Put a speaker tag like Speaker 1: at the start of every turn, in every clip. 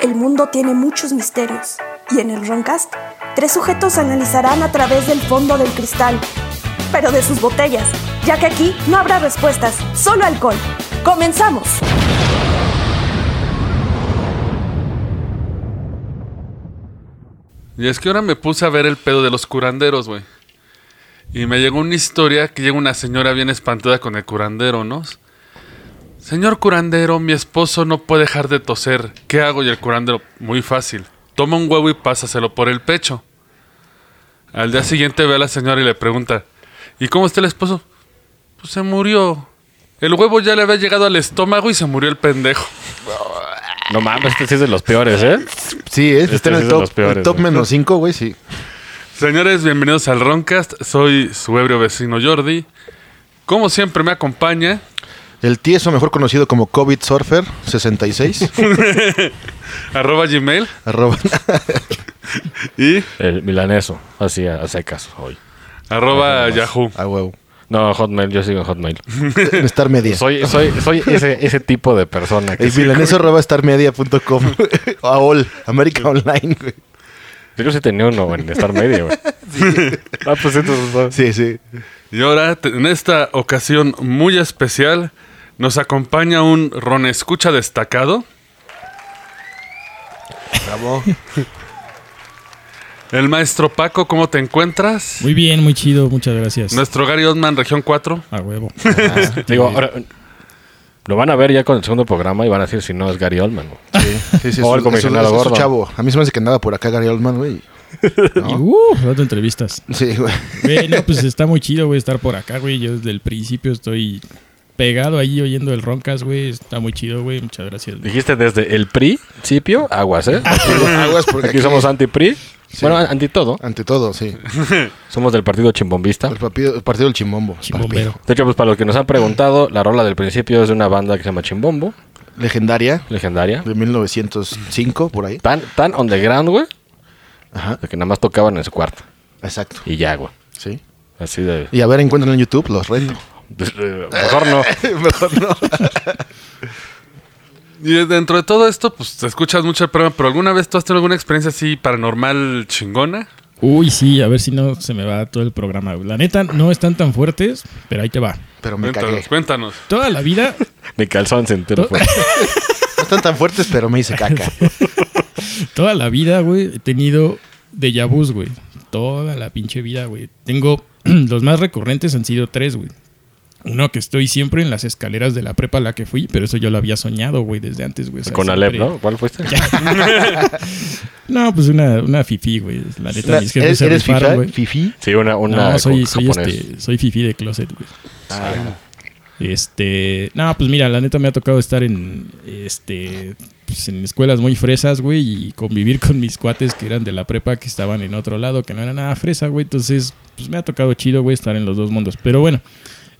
Speaker 1: El mundo tiene muchos misterios y en el Roncast, tres sujetos analizarán a través del fondo del cristal, pero de sus botellas, ya que aquí no habrá respuestas, solo alcohol. ¡Comenzamos!
Speaker 2: Y es que ahora me puse a ver el pedo de los curanderos, güey. Y me llegó una historia que llega una señora bien espantada con el curandero, ¿no? Señor curandero, mi esposo no puede dejar de toser. ¿Qué hago? Y el curandero, muy fácil. Toma un huevo y pásaselo por el pecho. Al día siguiente ve a la señora y le pregunta, ¿y cómo está el esposo? Pues se murió. El huevo ya le había llegado al estómago y se murió el pendejo.
Speaker 3: No mames, este sí es de los peores, ¿eh?
Speaker 4: Sí, es,
Speaker 3: Este
Speaker 4: está en
Speaker 3: sí
Speaker 4: el
Speaker 3: es de
Speaker 4: top,
Speaker 3: los peores,
Speaker 4: el top
Speaker 3: güey.
Speaker 4: menos 5, güey, sí.
Speaker 2: Señores, bienvenidos al Roncast. Soy su ebrio vecino Jordi. Como siempre me acompaña
Speaker 4: El tieso, mejor conocido como COVID Surfer 66,
Speaker 2: arroba gmail
Speaker 4: arroba,
Speaker 2: y
Speaker 3: El milaneso, así a, a secas hoy.
Speaker 2: arroba yahoo.
Speaker 4: a huevo,
Speaker 3: No, Hotmail, yo sigo en Hotmail.
Speaker 4: en Star Media.
Speaker 3: Soy, soy, soy ese, ese tipo de persona que
Speaker 4: El
Speaker 3: sí,
Speaker 4: milaneso arroba starmedia.com. AOL, América Online, güey.
Speaker 3: Yo sí tenía uno güey, en estar medio, güey. Ah, pues entonces. ah,
Speaker 4: Sí, sí.
Speaker 2: Y ahora, te- en esta ocasión muy especial, nos acompaña un Ron Escucha destacado.
Speaker 4: Bravo.
Speaker 2: El maestro Paco, ¿cómo te encuentras?
Speaker 5: Muy bien, muy chido, muchas gracias.
Speaker 2: Nuestro Gary Oldman, Región 4.
Speaker 5: A huevo.
Speaker 3: Digo, ahora. Lo van a ver ya con el segundo programa y van a decir si no es Gary Oldman. güey.
Speaker 4: Sí, sí,
Speaker 3: O el
Speaker 4: es, un- es, un-
Speaker 3: comisionado
Speaker 4: es un
Speaker 3: gordo.
Speaker 4: chavo. A mí se me hace que andaba por acá Gary Oldman, güey.
Speaker 5: Y, Uh, rato entrevistas.
Speaker 4: Sí, güey.
Speaker 5: Güey, no, pues está muy chido, güey, estar por acá, güey. Yo desde el principio estoy pegado ahí oyendo el Roncas, güey. Está muy chido, güey. Muchas gracias. güey.
Speaker 3: Dijiste desde el PRI, principio, aguas, ¿eh?
Speaker 4: Aguas porque
Speaker 3: Aquí somos anti-PRI. Bueno, anti todo.
Speaker 4: Ante todo, sí.
Speaker 3: Somos del partido chimbombista.
Speaker 4: El, papi- el partido del chimbombo.
Speaker 5: Chimbombero.
Speaker 3: De hecho, pues para los que nos han preguntado, la rola del principio es de una banda que se llama Chimbombo,
Speaker 4: Papi. Legendaria,
Speaker 3: legendaria.
Speaker 4: de 1905, por ahí.
Speaker 3: Tan, tan underground, güey,
Speaker 4: Ajá,
Speaker 3: de que nada más tocaban en su cuarto.
Speaker 4: exacto.
Speaker 3: Y ya, güey.
Speaker 4: Sí.
Speaker 3: Así de...
Speaker 4: Y a ver, encuentran en YouTube, los reto.
Speaker 3: Mejor no.
Speaker 4: Mejor no.
Speaker 2: Y dentro de todo esto, pues te escuchas mucho el programa, pero ¿alguna vez tú has tenido alguna experiencia así paranormal chingona?
Speaker 5: Uy, sí, a ver si no se me va todo el programa, güey. La neta, no están tan fuertes, pero ahí te va.
Speaker 4: Pero me
Speaker 2: cuéntanos,
Speaker 4: cagué.
Speaker 2: cuéntanos.
Speaker 5: Toda la vida,
Speaker 3: Mi calzón se enteró. fue.
Speaker 4: No están tan fuertes, pero me hice caca.
Speaker 5: toda la vida, güey, he tenido de vus, güey. Toda la pinche vida, güey. Tengo, los más recurrentes han sido tres, güey. Uno que estoy siempre en las escaleras de la prepa a la que fui, pero eso yo lo había soñado, güey, desde antes, güey. O sea,
Speaker 3: Con Alep,
Speaker 5: siempre-
Speaker 3: ¿no? ¿Cuál fuiste?
Speaker 5: No, pues una, una fifi, güey. La neta,
Speaker 4: Una-
Speaker 5: mis
Speaker 4: ¿Eres,
Speaker 5: jefes se
Speaker 4: eres
Speaker 5: rifaron,
Speaker 4: fifa-
Speaker 5: güey.
Speaker 4: fifi?
Speaker 3: Sí, una, una
Speaker 5: No, soy,
Speaker 3: con
Speaker 5: soy,
Speaker 3: japonés. Ah.
Speaker 5: este, soy fifi de closet, güey. Este, no, pues mira, la neta me ha tocado estar en, este, pues en escuelas muy fresas, güey, y convivir con mis cuates que eran de la prepa, que estaban en otro lado, que no era nada fresa, güey. Entonces, pues me ha tocado chido, güey, estar en los dos mundos. Pero bueno,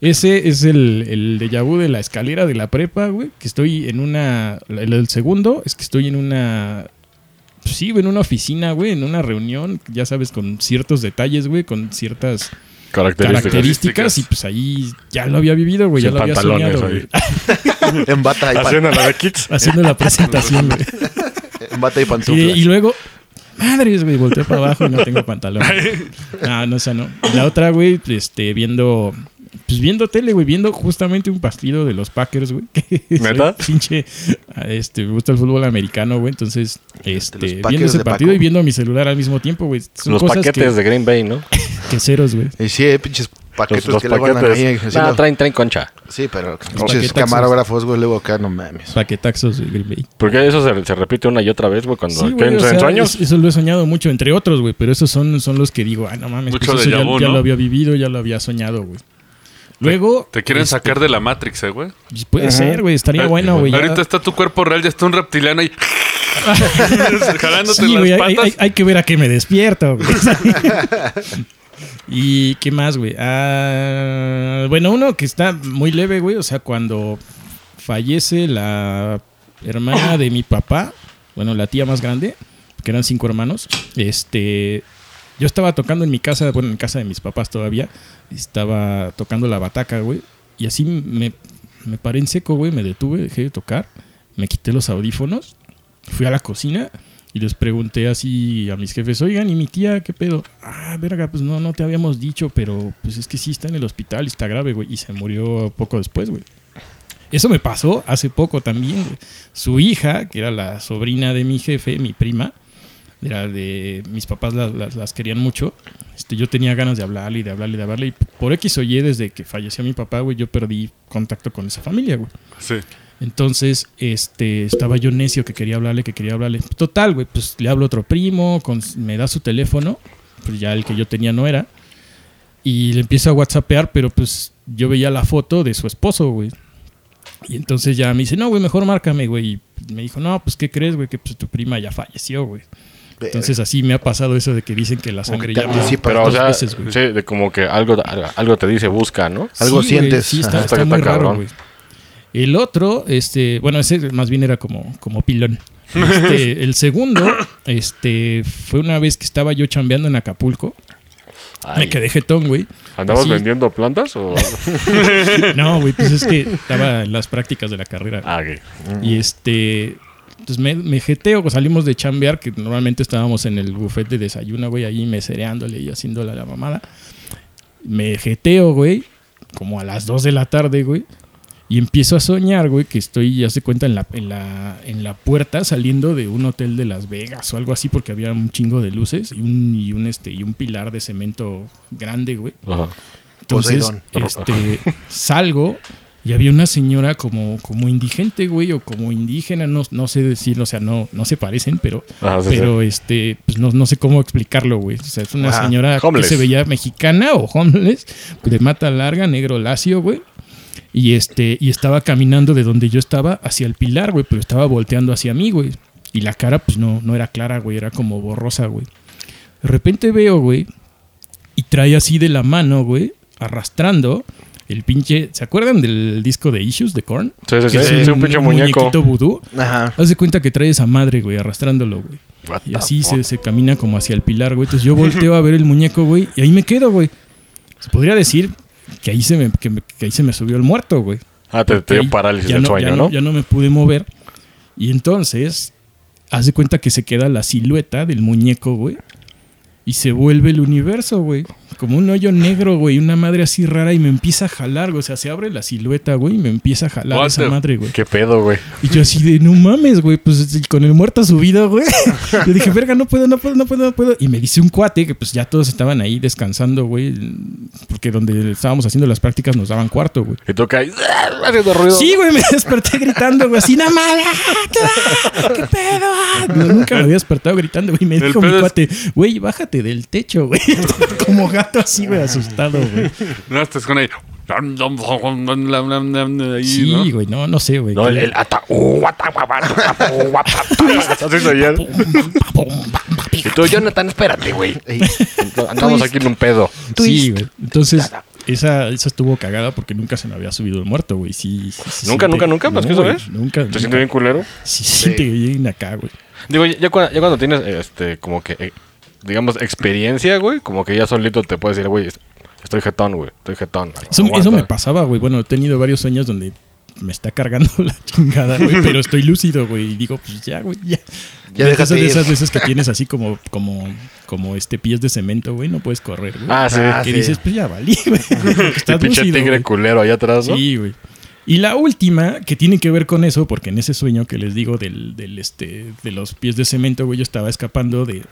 Speaker 5: ese es el, el déjà vu de la escalera de la prepa, güey, que estoy en una, el, el segundo es que estoy en una pues Sí, güey, en una oficina, güey, en una reunión, ya sabes, con ciertos detalles, güey, con ciertas
Speaker 3: Características.
Speaker 5: características y pues ahí ya lo había vivido, güey, ya
Speaker 3: Sin
Speaker 5: lo había
Speaker 3: pantalones
Speaker 5: soñado,
Speaker 3: ahí.
Speaker 5: güey.
Speaker 4: En bata y, pan-
Speaker 3: Haciendo la de Kids.
Speaker 5: Haciendo la presentación, güey.
Speaker 4: en bata y pantuflas.
Speaker 5: Y, y luego, madres, güey, volteé para abajo y no tengo pantalón. No, no, esa no. Y La otra, güey, este, viendo, pues viendo tele, güey, viendo justamente un partido de los Packers, güey. que soy
Speaker 3: ¿Neta?
Speaker 5: Pinche, este, me gusta el fútbol americano, güey, entonces, este, viendo
Speaker 4: Packers
Speaker 5: ese
Speaker 4: de
Speaker 5: partido
Speaker 4: Paco.
Speaker 5: y viendo mi celular al mismo tiempo, güey. Son
Speaker 3: Los
Speaker 5: cosas que-
Speaker 3: paquetes de Green Bay, ¿no?
Speaker 5: que ceros, güey.
Speaker 4: Y sí, hay pinches paquetes
Speaker 3: Los, los
Speaker 4: que le van a ahí.
Speaker 3: paquetes.
Speaker 4: sí,
Speaker 3: Ah,
Speaker 4: no.
Speaker 3: traen, traen concha.
Speaker 4: Sí, pero pinches
Speaker 5: paquetazos.
Speaker 4: camarógrafos, güey, luego acá, no mames.
Speaker 5: Paquetaxos de Green Bay.
Speaker 3: Porque eso se, se repite una y otra vez, güey, cuando
Speaker 5: Sí, güey,
Speaker 3: ¿qué?
Speaker 5: o
Speaker 3: en
Speaker 5: sea,
Speaker 3: sueños.
Speaker 5: es- Eso lo he soñado mucho, entre otros, güey. Pero esos son, son los que digo, ah, no mames,
Speaker 2: Mucho
Speaker 5: pues eso
Speaker 2: déjà
Speaker 5: ya,
Speaker 2: vu,
Speaker 5: ya
Speaker 2: ¿no?
Speaker 5: lo había vivido, ya lo había soñado, güey. Luego.
Speaker 2: Te quieren
Speaker 5: este,
Speaker 2: sacar de la Matrix, eh, güey.
Speaker 5: Puede ser, güey. Estaría
Speaker 2: Eh,
Speaker 5: bueno, güey. ya-
Speaker 2: Ahorita está tu cuerpo real, ya está un reptiliano ahí. jalándote
Speaker 5: Sí,
Speaker 2: las
Speaker 5: güey, hay,
Speaker 2: patas.
Speaker 5: hay- hay que ver a qué me despierto. güey. ¿Y qué más, güey? Ah, bueno, uno que está muy leve, güey. O sea, cuando fallece la hermana de mi papá, bueno, la tía más grande, que eran cinco hermanos, este... Yo estaba tocando en mi casa, bueno, en casa de mis papás todavía, estaba tocando la bataca, güey. Y así me, me paré en seco, güey, me detuve, dejé de tocar, me quité los audífonos Fui a la cocina y les pregunté así a mis jefes, oigan, ¿y mi tía qué pedo? Ah, verga, pues no, no te habíamos dicho, pero pues es que sí está en el hospital y está grave, güey. Y se murió poco después, güey. Eso me pasó hace poco también. güey. Su hija, que era la sobrina de mi jefe, mi prima, era de mis papás las, las- las querían mucho. Este, yo tenía ganas de hablarle y de hablarle y de hablarle. Y por X o Y, desde que falleció mi papá, güey, yo perdí contacto con esa familia, güey.
Speaker 2: Sí.
Speaker 5: Entonces, este, estaba yo necio que quería hablarle, que quería hablarle. Total, güey, pues le hablo a otro primo, con- me da su teléfono, pues ya el que yo tenía no era. Y le empiezo a whatsappear, pero pues yo veía la foto de su esposo, güey. Y entonces ya me dice, no, güey, mejor márcame, güey. Y me dijo, no, pues, ¿qué crees, güey? Que pues tu prima ya falleció, güey. Entonces así me ha pasado eso de que dicen que la
Speaker 4: Como
Speaker 5: sangre
Speaker 4: que te
Speaker 5: ya...
Speaker 4: anticipa.
Speaker 3: Pero, o
Speaker 5: Pero, dos
Speaker 3: sea,
Speaker 5: veces, güey.
Speaker 3: sí, de como que algo, algo te dice, busca, ¿no?
Speaker 4: Algo
Speaker 5: güey,
Speaker 4: sientes.
Speaker 5: sí, está,
Speaker 4: Ajá.
Speaker 5: está
Speaker 3: Está-
Speaker 5: muy
Speaker 3: está
Speaker 5: raro,
Speaker 3: cabrón.
Speaker 5: güey. El otro, este, bueno, ese más bien era como, como pilón. Este, el segundo, este, fue una vez que estaba yo chambeando en Acapulco. Me
Speaker 3: Ay,
Speaker 5: quedé jetón, güey.
Speaker 3: ¿Andabas
Speaker 5: Así-
Speaker 3: vendiendo plantas o...?
Speaker 5: No, güey, pues es que estaba en las prácticas de la carrera.
Speaker 3: Ah, ok.
Speaker 5: Y este. Entonces me, me jeteo, pues, salimos de chambear, que normalmente estábamos en el buffet de desayuno, güey, ahí mesereándole y haciéndole la mamada. Me jeteo, güey, como a las 2 de la tarde, güey. Y empiezo a soñar, güey, que estoy, ya se cuenta, en la, en, la, en la puerta saliendo de un hotel de Las Vegas o algo así, porque había un chingo de luces y un, y un, este, y un pilar de cemento grande, güey.
Speaker 3: Ajá.
Speaker 5: Entonces,
Speaker 4: Poseidón.
Speaker 5: este, salgo y había una señora como, como indigente, güey, o como indígena, no, no sé decir, o sea, no, no se parecen, pero,
Speaker 3: Ajá, Ah, sí, sí.
Speaker 5: pero este, pues no, no sé cómo explicarlo, güey. O sea, es una
Speaker 4: Ajá.
Speaker 5: señora
Speaker 3: Ah, Homeless.
Speaker 5: que se veía mexicana o homeless, de mata larga, negro lacio, güey. Y este, y estaba caminando de donde yo estaba hacia el pilar, güey, pero estaba volteando hacia mí, güey. Y la cara, pues no, no era clara, güey, era como borrosa, güey. De repente veo, güey, y trae así de la mano, güey, arrastrando el pinche. ¿Se acuerdan del disco de Issues de Korn?
Speaker 3: Sí, sí,
Speaker 5: Que
Speaker 3: sí,
Speaker 5: es
Speaker 3: sí, un pinche muñeco.
Speaker 5: muñequito vudú.
Speaker 4: Ajá.
Speaker 5: Haz de cuenta que trae esa madre, güey, arrastrándolo, güey.
Speaker 3: What
Speaker 5: Y
Speaker 3: the
Speaker 5: así
Speaker 3: fuck?
Speaker 5: se, se camina como hacia el pilar, güey. Entonces yo volteo a ver el muñeco, güey, y ahí me quedo, güey. Se podría decir que ahí se me, que me- que ahí se me subió el muerto, güey.
Speaker 3: Ah, te, te
Speaker 5: Ahí
Speaker 3: dio parálisis
Speaker 5: ya
Speaker 3: del
Speaker 5: no-
Speaker 3: sueño,
Speaker 5: ya
Speaker 3: ¿no?
Speaker 5: Ya no me pude mover. Y entonces, haz de cuenta que se queda la silueta del muñeco, güey. Y se vuelve el universo, güey. Como un hoyo negro, güey. Una madre así rara y me empieza a jalar, güey. O sea, se abre la silueta, güey, y me empieza a jalar
Speaker 2: What
Speaker 5: esa
Speaker 2: the-
Speaker 5: madre, güey.
Speaker 3: ¿Qué pedo, güey?
Speaker 5: Y yo así de, no mames, güey, pues con el muerto subido, güey. Yo dije, verga, no puedo, no puedo, no puedo, no puedo. Y me dice un cuate que pues ya todos estaban ahí descansando, güey. Porque donde estábamos haciendo las prácticas nos daban cuarto, güey.
Speaker 3: Y tú caes haciendo ruido.
Speaker 5: Sí, güey, me desperté gritando, güey, así, no mames, ah, ¿qué va? ¿Qué pedo? ah?" No, nunca me había despertado gritando, güey. Me
Speaker 2: El
Speaker 5: dijo mi
Speaker 2: pedo es-
Speaker 5: cuate, güey, bájate del techo, güey. Como gato así, güey, asustado, güey.
Speaker 2: No, estás con ahí. Ahí, ¿no?
Speaker 5: Sí, güey, no, no sé, güey.
Speaker 3: No,
Speaker 5: ¿Qué
Speaker 3: el,
Speaker 5: le-
Speaker 3: el ata. Uh, guata, guabara, guapo, guapa, Así se oía. Y tú, Jonathan, espérate, güey. Andamos aquí en un pedo.
Speaker 5: Sí, güey. Entonces, esa, esa estuvo cagada porque nunca se me había subido el muerto, güey. Sí, sí, sí,
Speaker 3: Nunca,
Speaker 5: siente-
Speaker 3: nunca, nunca, ¿Más que
Speaker 5: No,
Speaker 3: eso
Speaker 5: güey,
Speaker 3: ves? ¿Te
Speaker 5: Nunca. nunca.
Speaker 3: sientes bien culero?
Speaker 5: Sí, sí, siente bien acá, güey.
Speaker 3: Digo, ya, ya cua- ya cuando tienes, eh, este, como que, eh, digamos, experiencia, güey, como que ya solito te puedes decir, güey, est- estoy jetón, güey, estoy jetón.
Speaker 5: Eso,
Speaker 3: aguanta.
Speaker 5: eso me pasaba, güey. Bueno, he tenido varios sueños donde me está cargando la chingada, güey. pero estoy lúcido, güey. Y digo, pues ya, güey, ya.
Speaker 4: Ya
Speaker 5: Es
Speaker 4: déjate
Speaker 5: de
Speaker 4: ir.
Speaker 5: esas veces que tienes así como, como, como este pies de cemento, güey. No puedes correr, güey.
Speaker 3: Ah, sí.
Speaker 4: Ah,
Speaker 5: que
Speaker 4: sí.
Speaker 5: dices, pues ya valí, güey.
Speaker 3: El
Speaker 5: Estás
Speaker 3: pinche
Speaker 5: lúcido,
Speaker 3: tigre
Speaker 5: güey.
Speaker 3: culero allá atrás, ¿no?
Speaker 5: Sí, güey. Y la última, que tiene que ver con eso, porque en ese sueño que les digo del, del, este, de los pies de cemento, güey, yo estaba escapando de,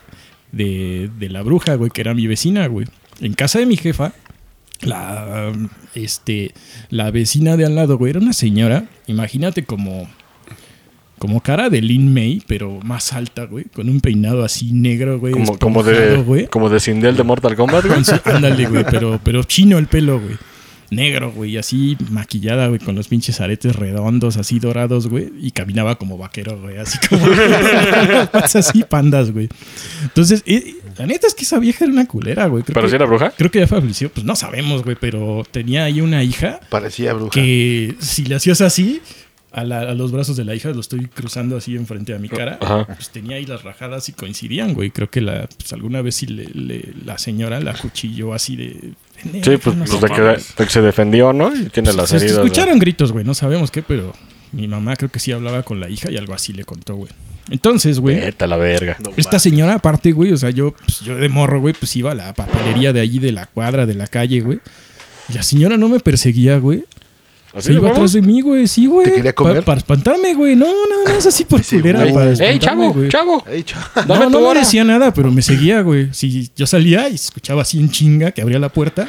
Speaker 5: de, de la bruja, güey, que era mi vecina, güey. En casa de mi jefa, la, este, la vecina de al lado, güey, era una señora, imagínate como, como cara de Lin May, pero más alta, güey, con un peinado así negro, güey.
Speaker 3: Como, como
Speaker 5: esponjado,
Speaker 3: de,
Speaker 5: güey.
Speaker 3: como de Sindel de Mortal Kombat, güey.
Speaker 5: Con su- Ándale, güey, pero, pero chino el pelo, güey. Negro, güey, así maquillada, güey, con los pinches aretes redondos, así dorados, güey. Y caminaba como vaquero, güey, así como... así pandas, güey. Entonces, eh, la neta es que esa vieja era una culera, güey. Creo
Speaker 3: Pero
Speaker 5: que-
Speaker 3: si era bruja.
Speaker 5: Creo que ya falleció, pues no sabemos, güey, pero tenía ahí una hija
Speaker 4: Parecía bruja.
Speaker 5: que si le hacías así, a, la- a los brazos de la hija los estoy cruzando así enfrente a mi cara,
Speaker 3: Ah, Ajá.
Speaker 5: pues tenía ahí las rajadas y coincidían, güey. Creo que la, pues alguna vez sí le- le- la señora la cuchilló así de...
Speaker 3: Sí, pues,
Speaker 5: Eh, No sé.
Speaker 3: pues de, que, de que se defendió, ¿no? Y tiene las
Speaker 5: Se
Speaker 3: heridas. güey.
Speaker 5: escucharon gritos, güey, no sabemos qué, pero mi mamá creo que sí hablaba con la hija y algo así le contó, güey. Entonces, güey.
Speaker 3: Vete a la verga.
Speaker 5: Esta señora, aparte, güey, o sea, yo, pues, yo de morro, güey, pues iba a la papelería de allí, de la cuadra, de la calle, güey. Y la señora no me perseguía, güey. Se iba atrás de mí, güey, sí, güey.
Speaker 4: ¿Te quería
Speaker 5: Pa-
Speaker 4: comer?
Speaker 5: Para espantarme, güey. No, nada más así por
Speaker 4: Sí,
Speaker 5: culera.
Speaker 4: güey.
Speaker 5: para
Speaker 3: ¡Ey,
Speaker 5: espantarme,
Speaker 3: chavo,
Speaker 5: güey.
Speaker 3: chavo!
Speaker 4: Ey, chaval.
Speaker 3: Dame
Speaker 5: No,
Speaker 3: tu
Speaker 5: no me
Speaker 3: hora.
Speaker 5: decía nada, pero me seguía, güey. Si yo salía y escuchaba así en chinga que abría la puerta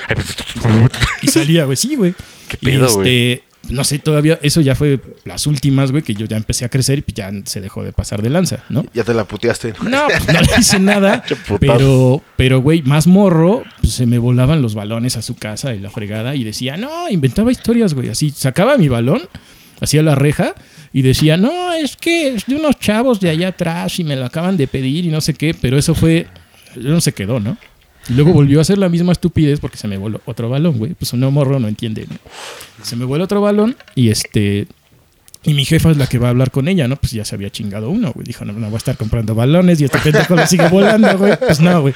Speaker 5: y salía, güey. Sí, güey.
Speaker 3: Qué pedo,
Speaker 5: Y, este, No sé, todavía, eso ya fue las últimas, güey, que yo ya empecé a crecer y pues ya se dejó de pasar de lanza, ¿no?
Speaker 4: Ya te la puteaste.
Speaker 5: No, pues, no le hice nada. pero, pero, güey, más morro, pues, se me volaban los balones a su casa y la fregada. Y decía, no, inventaba historias, güey. Así sacaba mi balón, hacía la reja y decía, no, es que es de unos chavos de allá atrás y me lo acaban de pedir y no sé qué. Pero eso fue, no se quedó, ¿no? Y luego volvió a hacer la misma estupidez porque se me voló otro balón, güey. Pues un morro no entiende. ¿no? Se me vuela otro balón y este y mi jefa es la que va a hablar con ella, ¿no? Pues ya se había chingado uno, güey. Dijo, no, no voy a estar comprando balones y este pendejo lo sigue volando, güey. Pues no, güey.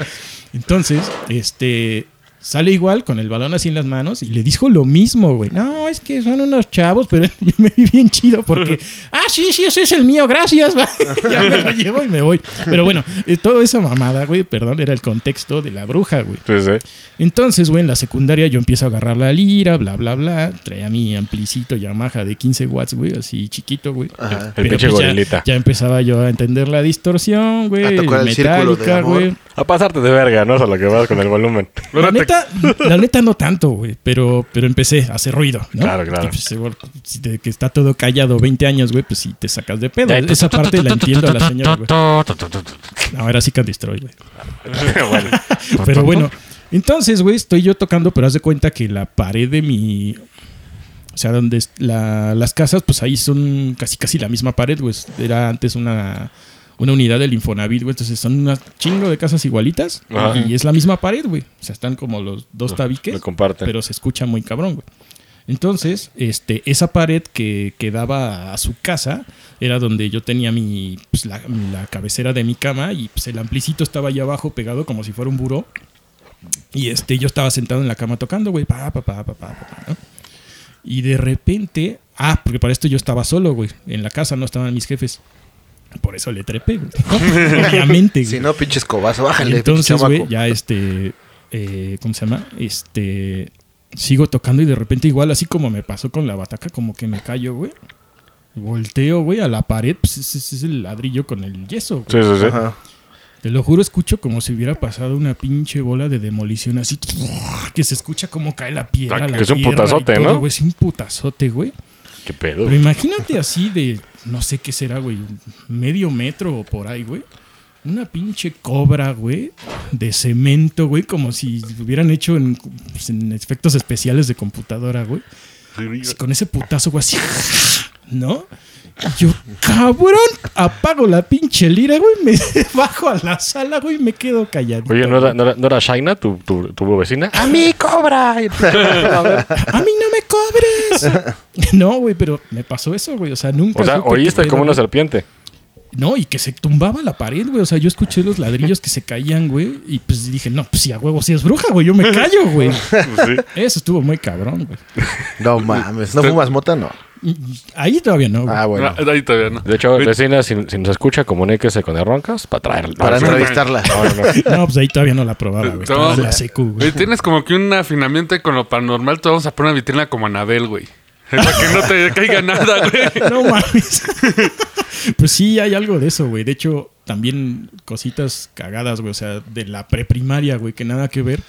Speaker 5: Entonces, este. Sale igual con el balón así en las manos y le dijo lo mismo, güey. No, es que son unos chavos, pero yo me vi bien chido porque. Ah, sí, sí, ese es el mío, gracias. va". ya me lo llevo y me voy. Pero bueno, eh, toda esa mamada, güey, perdón, era el contexto de la bruja, güey.
Speaker 3: Pues, eh.
Speaker 5: Entonces, güey, en la secundaria yo empiezo a agarrar la lira, bla, bla, bla. Traía mi amplicito Yamaha de 15 watts, güey, así chiquito, güey. pues,
Speaker 4: Ajá.
Speaker 3: El pinche
Speaker 5: ya-
Speaker 3: gorilita.
Speaker 5: Ya, empezaba yo a entender la distorsión, güey.
Speaker 4: A tocar el círculo del
Speaker 5: metálica,
Speaker 4: amor.
Speaker 5: güey.
Speaker 3: A pasarte de verga, ¿no? Es a lo que vas con el volumen.
Speaker 5: La
Speaker 2: Ahora te-
Speaker 5: neta, la neta no tanto, güey, pero, pero empecé a hacer ruido, ¿no?
Speaker 3: Claro, claro.
Speaker 5: Y pues, igual, si te- que está todo callado 20 años, güey, pues si te sacas de pedo. Esa parte la entiendo a la señora, güey. No, ahora sí que destroy, güey.
Speaker 3: bueno,
Speaker 5: Pero bueno, entonces, güey, estoy yo tocando, pero haz de cuenta que la pared de mi. O sea, donde es- la- las casas, pues ahí son casi casi la misma pared, güey. Era antes una, una unidad del Infonavit, güey. Entonces son unas chingo de casas igualitas.
Speaker 3: Ajá.
Speaker 5: Y es la misma pared, güey. O sea, están como los dos
Speaker 3: lo
Speaker 5: tabiques,
Speaker 3: comparten.
Speaker 5: pero se escucha muy cabrón, güey. Entonces, este, esa pared que, que daba a su casa era donde yo tenía mi, pues, la, la cabecera de mi cama y pues, el amplicito estaba allá abajo pegado como si fuera un buró. Y este, yo estaba sentado en la cama tocando, güey, pa, pa, pa, pa, pa, pa, pa, ¿no? Y de repente, ah, porque para esto yo estaba solo, güey, en la casa no estaban mis jefes. Por eso le trepé, güey. Obviamente, güey.
Speaker 4: Si no, pinche escobazo, bájale,
Speaker 5: Entonces,
Speaker 4: pinche
Speaker 5: güey,
Speaker 4: chamaco.
Speaker 5: ya este. eh, ¿Cómo se llama? Este. Sigo tocando y de repente, igual, así como me pasó con la bataca, como que me callo, güey. Volteo, güey, a la pared. Pues ese ese es el ladrillo con el yeso, güey.
Speaker 3: Sí, sí, sí.
Speaker 4: Ajá.
Speaker 5: Te lo juro, escucho como si hubiera pasado una pinche bola de demolición así. Que se escucha como cae la piedra.
Speaker 3: Ah,
Speaker 5: la
Speaker 3: que es un
Speaker 5: tierra y
Speaker 3: putazote,
Speaker 5: todo,
Speaker 3: ¿no?
Speaker 5: güey, es un putazote, güey.
Speaker 3: Qué pedo.
Speaker 5: Pero imagínate así de, no sé qué será, güey, medio metro o por ahí, güey. Una pinche cobra, güey, de cemento, güey, como si hubieran hecho en, pues, en efectos especiales de computadora, güey. Así con ese putazo, güey, así, ¿no? Y Yo, cabrón, apago la pinche lira, güey, me bajo a la sala, güey, y me quedo callado.
Speaker 3: Oye, ¿no era, no era, no era Shaina, tu, tu, tu vecina?
Speaker 5: Ah,
Speaker 3: ¡A mí, cobra!
Speaker 5: pues, ¡A mí no me cobres! No, güey, pero me pasó eso, güey. O sea, nunca.
Speaker 3: o sea,
Speaker 5: supe qué
Speaker 3: oíste
Speaker 5: pedo,
Speaker 3: como una
Speaker 5: güey.
Speaker 3: serpiente.
Speaker 5: No, y que se tumbaba la pared, güey. O sea, yo escuché los ladrillos que se caían, güey. Y pues dije, no, pues si a huevo si es bruja, güey. Yo me callo, güey. Eso estuvo muy cabrón, güey.
Speaker 4: No
Speaker 3: Este-
Speaker 4: mames. ¿No fumas mota? No.
Speaker 5: Y- y Ahí todavía no, güey.
Speaker 4: Ah, bueno.
Speaker 2: Ah, Ahí todavía no.
Speaker 3: De hecho,
Speaker 2: Güey,
Speaker 3: vecina, si, si nos escucha, comuníquese con el Roncas para traerla.
Speaker 4: Para
Speaker 3: No,
Speaker 4: entrevistarla.
Speaker 3: no, no.
Speaker 5: No, pues ahí todavía no la probaba, güey.
Speaker 2: No.
Speaker 5: Estaba en la secu,
Speaker 2: güey,
Speaker 5: güey.
Speaker 2: tienes como que un afinamiento con lo paranormal. Te vamos a poner una vitrina como Anabel, güey. Para que no te caiga nada, güey.
Speaker 5: No mames. pues sí, hay algo de eso, güey. De hecho, también cositas cagadas, güey. O sea, de la preprimaria, güey, que nada que ver.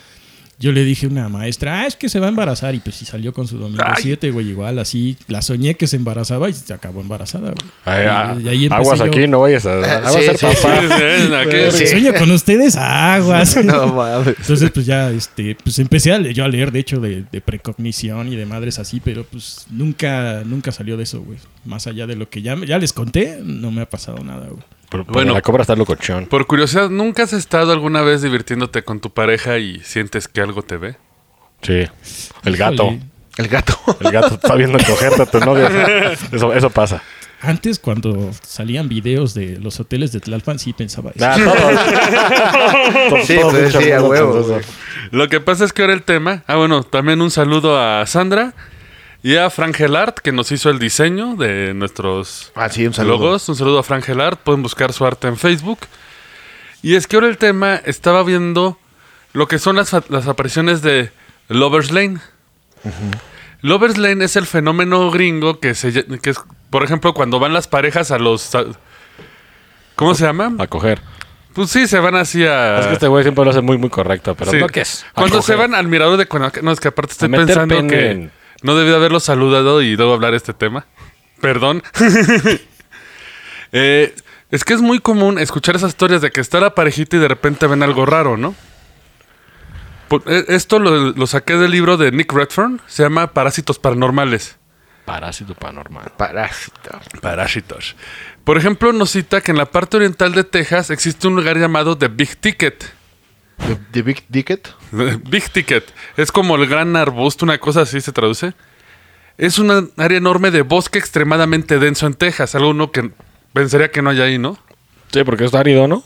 Speaker 5: Yo le dije a una maestra, ah, es que se va a embarazar. Y pues sí salió con su domingo
Speaker 2: Ay.
Speaker 5: 7, güey, igual así. La soñé que se embarazaba y se acabó embarazada, güey.
Speaker 3: Ay,
Speaker 5: Y-
Speaker 3: ah,
Speaker 5: y ahí empecé
Speaker 3: aguas
Speaker 5: yo,
Speaker 3: aquí, no vayas a, aguas
Speaker 4: sí,
Speaker 3: a ser
Speaker 4: sí,
Speaker 3: papá.
Speaker 2: Sí, sí, aquí-
Speaker 5: "Pero Sueño con ustedes, aguas.
Speaker 4: No mames.
Speaker 5: Entonces, pues ya, este, pues empecé a le- yo a leer, de hecho, de, de precognición y de madres así, pero pues nunca, nunca salió de eso, güey. Más allá de lo que ya, me- ya les conté, no me ha pasado nada, güey.
Speaker 3: Pero- pero
Speaker 2: Bueno.
Speaker 3: la cobra está locochón.
Speaker 2: Por curiosidad, ¿nunca has estado alguna vez divirtiéndote con tu pareja y sientes que algo te ve?
Speaker 3: Sí. El gato.
Speaker 5: Híjole.
Speaker 4: El gato.
Speaker 3: El gato está viendo cogerte a tu novia. Eso, eso pasa.
Speaker 5: Antes, cuando salían videos de los hoteles de Tlalpan, sí pensaba eso.
Speaker 3: Nah, todos.
Speaker 4: Sí, pues sí, a huevo. güey.
Speaker 2: Lo que pasa es que ahora el tema. Ah, bueno, también un saludo a Sandra. Y a Frank Gelart, que nos hizo el diseño de nuestros
Speaker 4: Ah, sí, un saludo.
Speaker 2: logos. Un saludo a Frank Gelart. Pueden buscar su arte en Facebook. Y es que ahora el tema estaba viendo lo que son las, fa- las apariciones de Lovers Lane. Lovers Lane es el fenómeno gringo que se ll- que es, por ejemplo, cuando van las parejas a los a- ¿Cómo se llama?
Speaker 6: A coger.
Speaker 2: Pues sí, se van así a
Speaker 6: Es que este güey siempre lo hace muy, muy correcto, pero
Speaker 2: Eh, Sí.
Speaker 6: ¿no qué es? A
Speaker 2: Cuando se
Speaker 6: coger.
Speaker 2: van al mirador de Cuernavaca. No, es que aparte estoy
Speaker 6: A meter
Speaker 2: pensando
Speaker 6: pene
Speaker 2: que
Speaker 6: en-
Speaker 2: no debí de haberlo saludado y luego hablar este tema. Perdón. Eh, es que es muy común escuchar esas historias de que está la parejita y de repente ven algo raro, ¿no? Por- eh, esto lo, lo saqué del libro de Nick Redfern. Se llama Parásitos Paranormales.
Speaker 6: Parásito panormal.
Speaker 3: Parásito.
Speaker 2: Parásitos. Por ejemplo, nos cita que en la parte oriental de Texas existe un lugar llamado The Big Ticket.
Speaker 4: ¿De, de Big Ticket?
Speaker 2: Big Ticket. Es como el gran arbusto, una cosa así se traduce. Es un área enorme de bosque extremadamente denso en Texas. Algo uno que pensaría que no hay ahí, ¿no?
Speaker 6: Sí, porque está árido, ¿no?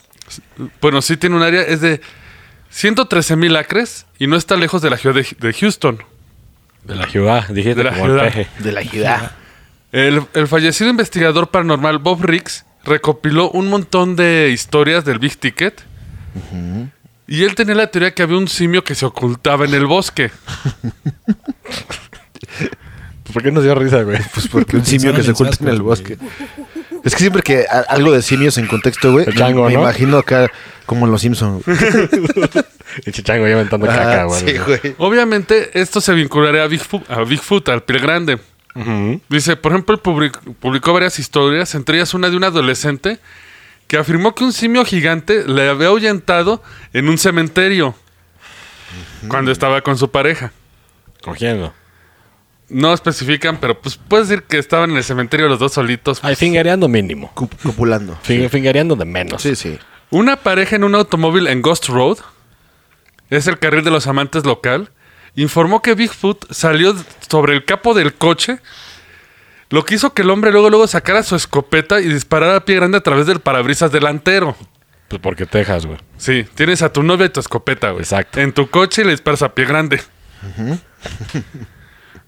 Speaker 2: Bueno, sí tiene un área, es de 113 mil acres y no está lejos de la ciudad de, de Houston.
Speaker 6: De la ciudad, dijiste
Speaker 2: De la
Speaker 6: como el
Speaker 2: ciudad.
Speaker 6: peje.
Speaker 4: De la ciudad.
Speaker 2: El, el fallecido investigador paranormal Bob Riggs recopiló un montón de historias del Big Ticket. Y él tenía la teoría que había un simio que se ocultaba en el bosque.
Speaker 6: ¿Por qué nos dio risa, güey?
Speaker 4: Pues porque un simio
Speaker 5: Pensaron
Speaker 4: que se
Speaker 5: en
Speaker 4: oculta en
Speaker 5: Sasquatch,
Speaker 4: el bosque. Es que siempre que a- algo de simios en contexto, güey,
Speaker 6: El chango,
Speaker 4: me
Speaker 6: ¿no?
Speaker 4: imagino acá como en los Simpsons.
Speaker 6: El chichango ya aventando caca, güey.
Speaker 4: Ah, sí, güey.
Speaker 2: Obviamente, esto se vincularía a Bigfoot, a Bigfoot, al pie grande. Dice, por ejemplo, él public- publicó varias historias, entre ellas una de un adolescente que afirmó que un simio gigante le había ahuyentado en un cementerio cuando estaba con su pareja.
Speaker 6: Cogiendo.
Speaker 2: No especifican, pero pues puedes decir que estaban en el cementerio los dos solitos.
Speaker 6: Ay, fingereando mínimo.
Speaker 4: Cu- Copulando.
Speaker 6: Fing- Fingereando de menos.
Speaker 4: Sí, sí.
Speaker 2: Una pareja en un automóvil en Ghost Road, es el carril de los amantes local, informó que Bigfoot salió sobre el capo del coche, lo que hizo que el hombre luego luego sacara su escopeta y disparara a pie grande a través del parabrisas delantero.
Speaker 6: Pues porque Texas, güey.
Speaker 2: Sí, tienes a tu novia y tu escopeta, güey.
Speaker 6: Exacto.
Speaker 2: En tu coche y le disparas a pie grande.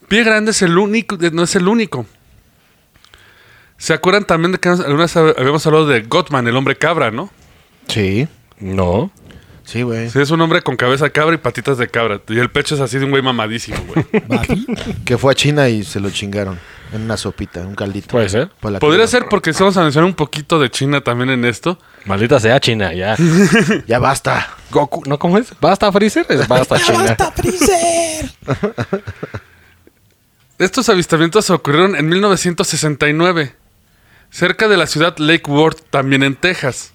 Speaker 2: pie grande es el único, eh, no es el único. ¿Se acuerdan también de que alguna vez habíamos hablado de Gottman, el hombre cabra, no?
Speaker 4: Sí.
Speaker 6: No.
Speaker 4: Sí, güey.
Speaker 2: Sí, es un hombre con cabeza de cabra y patitas de cabra. Y el pecho es así de un güey mamadísimo, güey.
Speaker 5: Buffy.
Speaker 4: Que fue a China y se lo chingaron. En una sopita, un caldito.
Speaker 6: Puede ser.
Speaker 4: Para la
Speaker 2: Podría
Speaker 4: cruda.
Speaker 2: ser porque sí vamos a mencionar un poquito de China también en esto.
Speaker 6: Maldita sea China, ya.
Speaker 4: Ya basta.
Speaker 6: Goku, ¿no cómo es? ¿Basta Freezer? Es basta China.
Speaker 2: Estos avistamientos ocurrieron en 1969, cerca de la ciudad Lake Worth, también en Texas.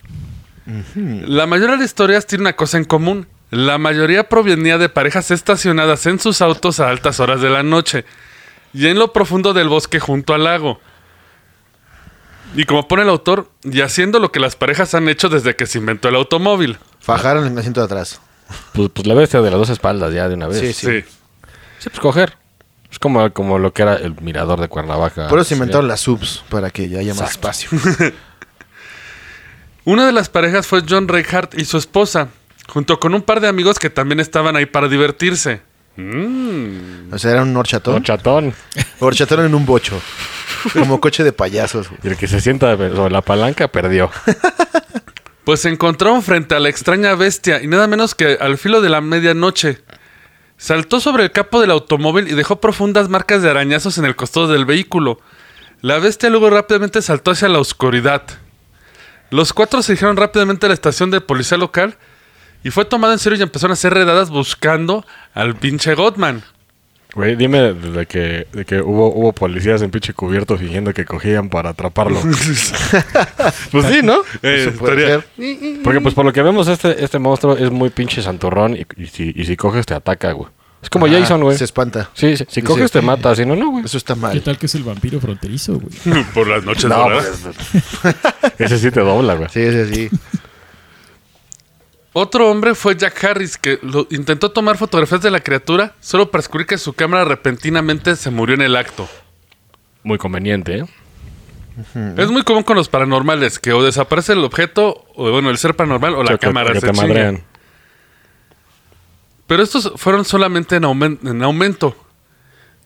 Speaker 2: La mayoría de historias tiene una cosa en común. La mayoría provenía de parejas estacionadas en sus autos a altas horas de la noche y en lo profundo del bosque junto al lago. Y como pone el autor, y haciendo lo que las parejas han hecho desde que se inventó el automóvil.
Speaker 4: Fajaron en el asiento de atrás.
Speaker 6: Pues, pues la bestia de las dos espaldas ya de una vez.
Speaker 4: Sí,
Speaker 6: Sí,
Speaker 4: sí.
Speaker 2: Sí.
Speaker 6: pues coger. Es como, como lo que era el mirador de Cuernavaca.
Speaker 4: Por eso se inventaron las subs, para que ya haya más espacio.
Speaker 2: Una de las parejas fue John Reinhardt y su esposa, junto con un par de amigos que también estaban ahí para divertirse.
Speaker 4: O sea, era un
Speaker 6: No,
Speaker 4: horchatón.
Speaker 6: chatón.
Speaker 4: Horchatón en un bocho. Como coche de payasos. güey.
Speaker 6: Y el que se sienta sobre la palanca perdió.
Speaker 2: Pues se encontraron frente a la extraña bestia y nada menos que al filo de la medianoche. Saltó sobre el capo del automóvil y dejó profundas marcas de arañazos en el costado del vehículo. La bestia luego rápidamente saltó hacia la oscuridad. Los cuatro se dirigieron rápidamente a la estación de policía local y fue tomado en serio y empezaron a hacer redadas buscando al pinche Godman.
Speaker 6: Güey, dime de, de que, de que hubo, hubo policías en pinche cubierto fingiendo que cogían para atraparlo. pues sí, ¿no?
Speaker 2: Eh,
Speaker 4: Eso puede
Speaker 2: estaría-
Speaker 4: ser.
Speaker 6: Porque pues por lo que vemos este, este monstruo es muy pinche santurrón y, y si, y si coges te ataca, güey. Es como
Speaker 4: Ajá,
Speaker 6: Jason, güey.
Speaker 4: Se espanta.
Speaker 6: Sí, sí, si
Speaker 4: Dice,
Speaker 6: coges te mata, si no, no, güey.
Speaker 4: Eso está
Speaker 5: ¿Qué
Speaker 4: mal.
Speaker 5: tal que es el vampiro fronterizo, güey?
Speaker 2: Por las noches
Speaker 6: No,
Speaker 2: doradas.
Speaker 6: pues, ese sí te dobla, güey.
Speaker 4: Sí, sí, sí.
Speaker 2: Otro hombre fue Jack Harris, que lo- intentó tomar fotografías de la criatura solo para descubrir que su cámara repentinamente se murió en el acto.
Speaker 6: Muy conveniente, ¿eh?
Speaker 2: Es muy común con los paranormales, que o desaparece el objeto, o bueno, el ser paranormal, o la
Speaker 6: Que- que-
Speaker 2: cámara
Speaker 6: que
Speaker 2: se
Speaker 6: te
Speaker 2: chinga.
Speaker 6: madrean.
Speaker 2: Pero estos fueron solamente en, aumen- en aumento.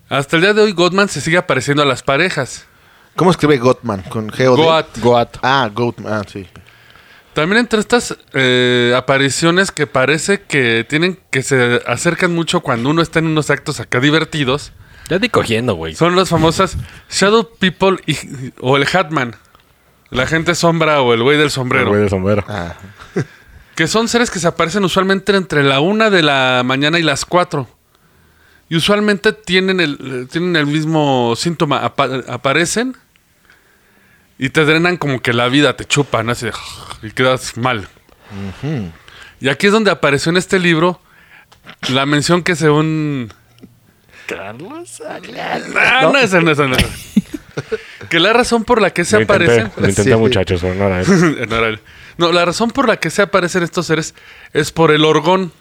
Speaker 2: Hasta el día de hoy, Gottman se sigue apareciendo a las parejas.
Speaker 4: ¿Cómo escribe Gottman? Con G o D?
Speaker 2: Goat.
Speaker 6: Goat.
Speaker 4: Ah, Goatman, ah, sí.
Speaker 2: También entre estas eh, apariciones que parece que tienen que se acercan mucho cuando uno está en unos actos acá divertidos,
Speaker 3: Ya estoy cogiendo, güey.
Speaker 2: son las famosas Shadow People y- o el Hatman. La gente sombra o el güey del
Speaker 6: El
Speaker 2: sombrero.
Speaker 6: güey de sombrero.
Speaker 4: Ah,
Speaker 2: Que son seres que se aparecen usualmente entre la una de la mañana y las 4. Y usualmente tienen el, eh, tienen el mismo síntoma. apa- aparecen y te drenan como que la vida, te chupan, así de, y quedas mal. Y aquí es donde apareció en este libro la mención que según... Carlos No, no es él, no es él, no es él. Que la razón por la que se
Speaker 6: Lo intenté,
Speaker 2: aparecen...
Speaker 6: lo intenté,
Speaker 4: Sí.
Speaker 6: muchachos, pero no era él.
Speaker 2: No, era él. No, la razón por la que se aparecen estos seres es por el orgón.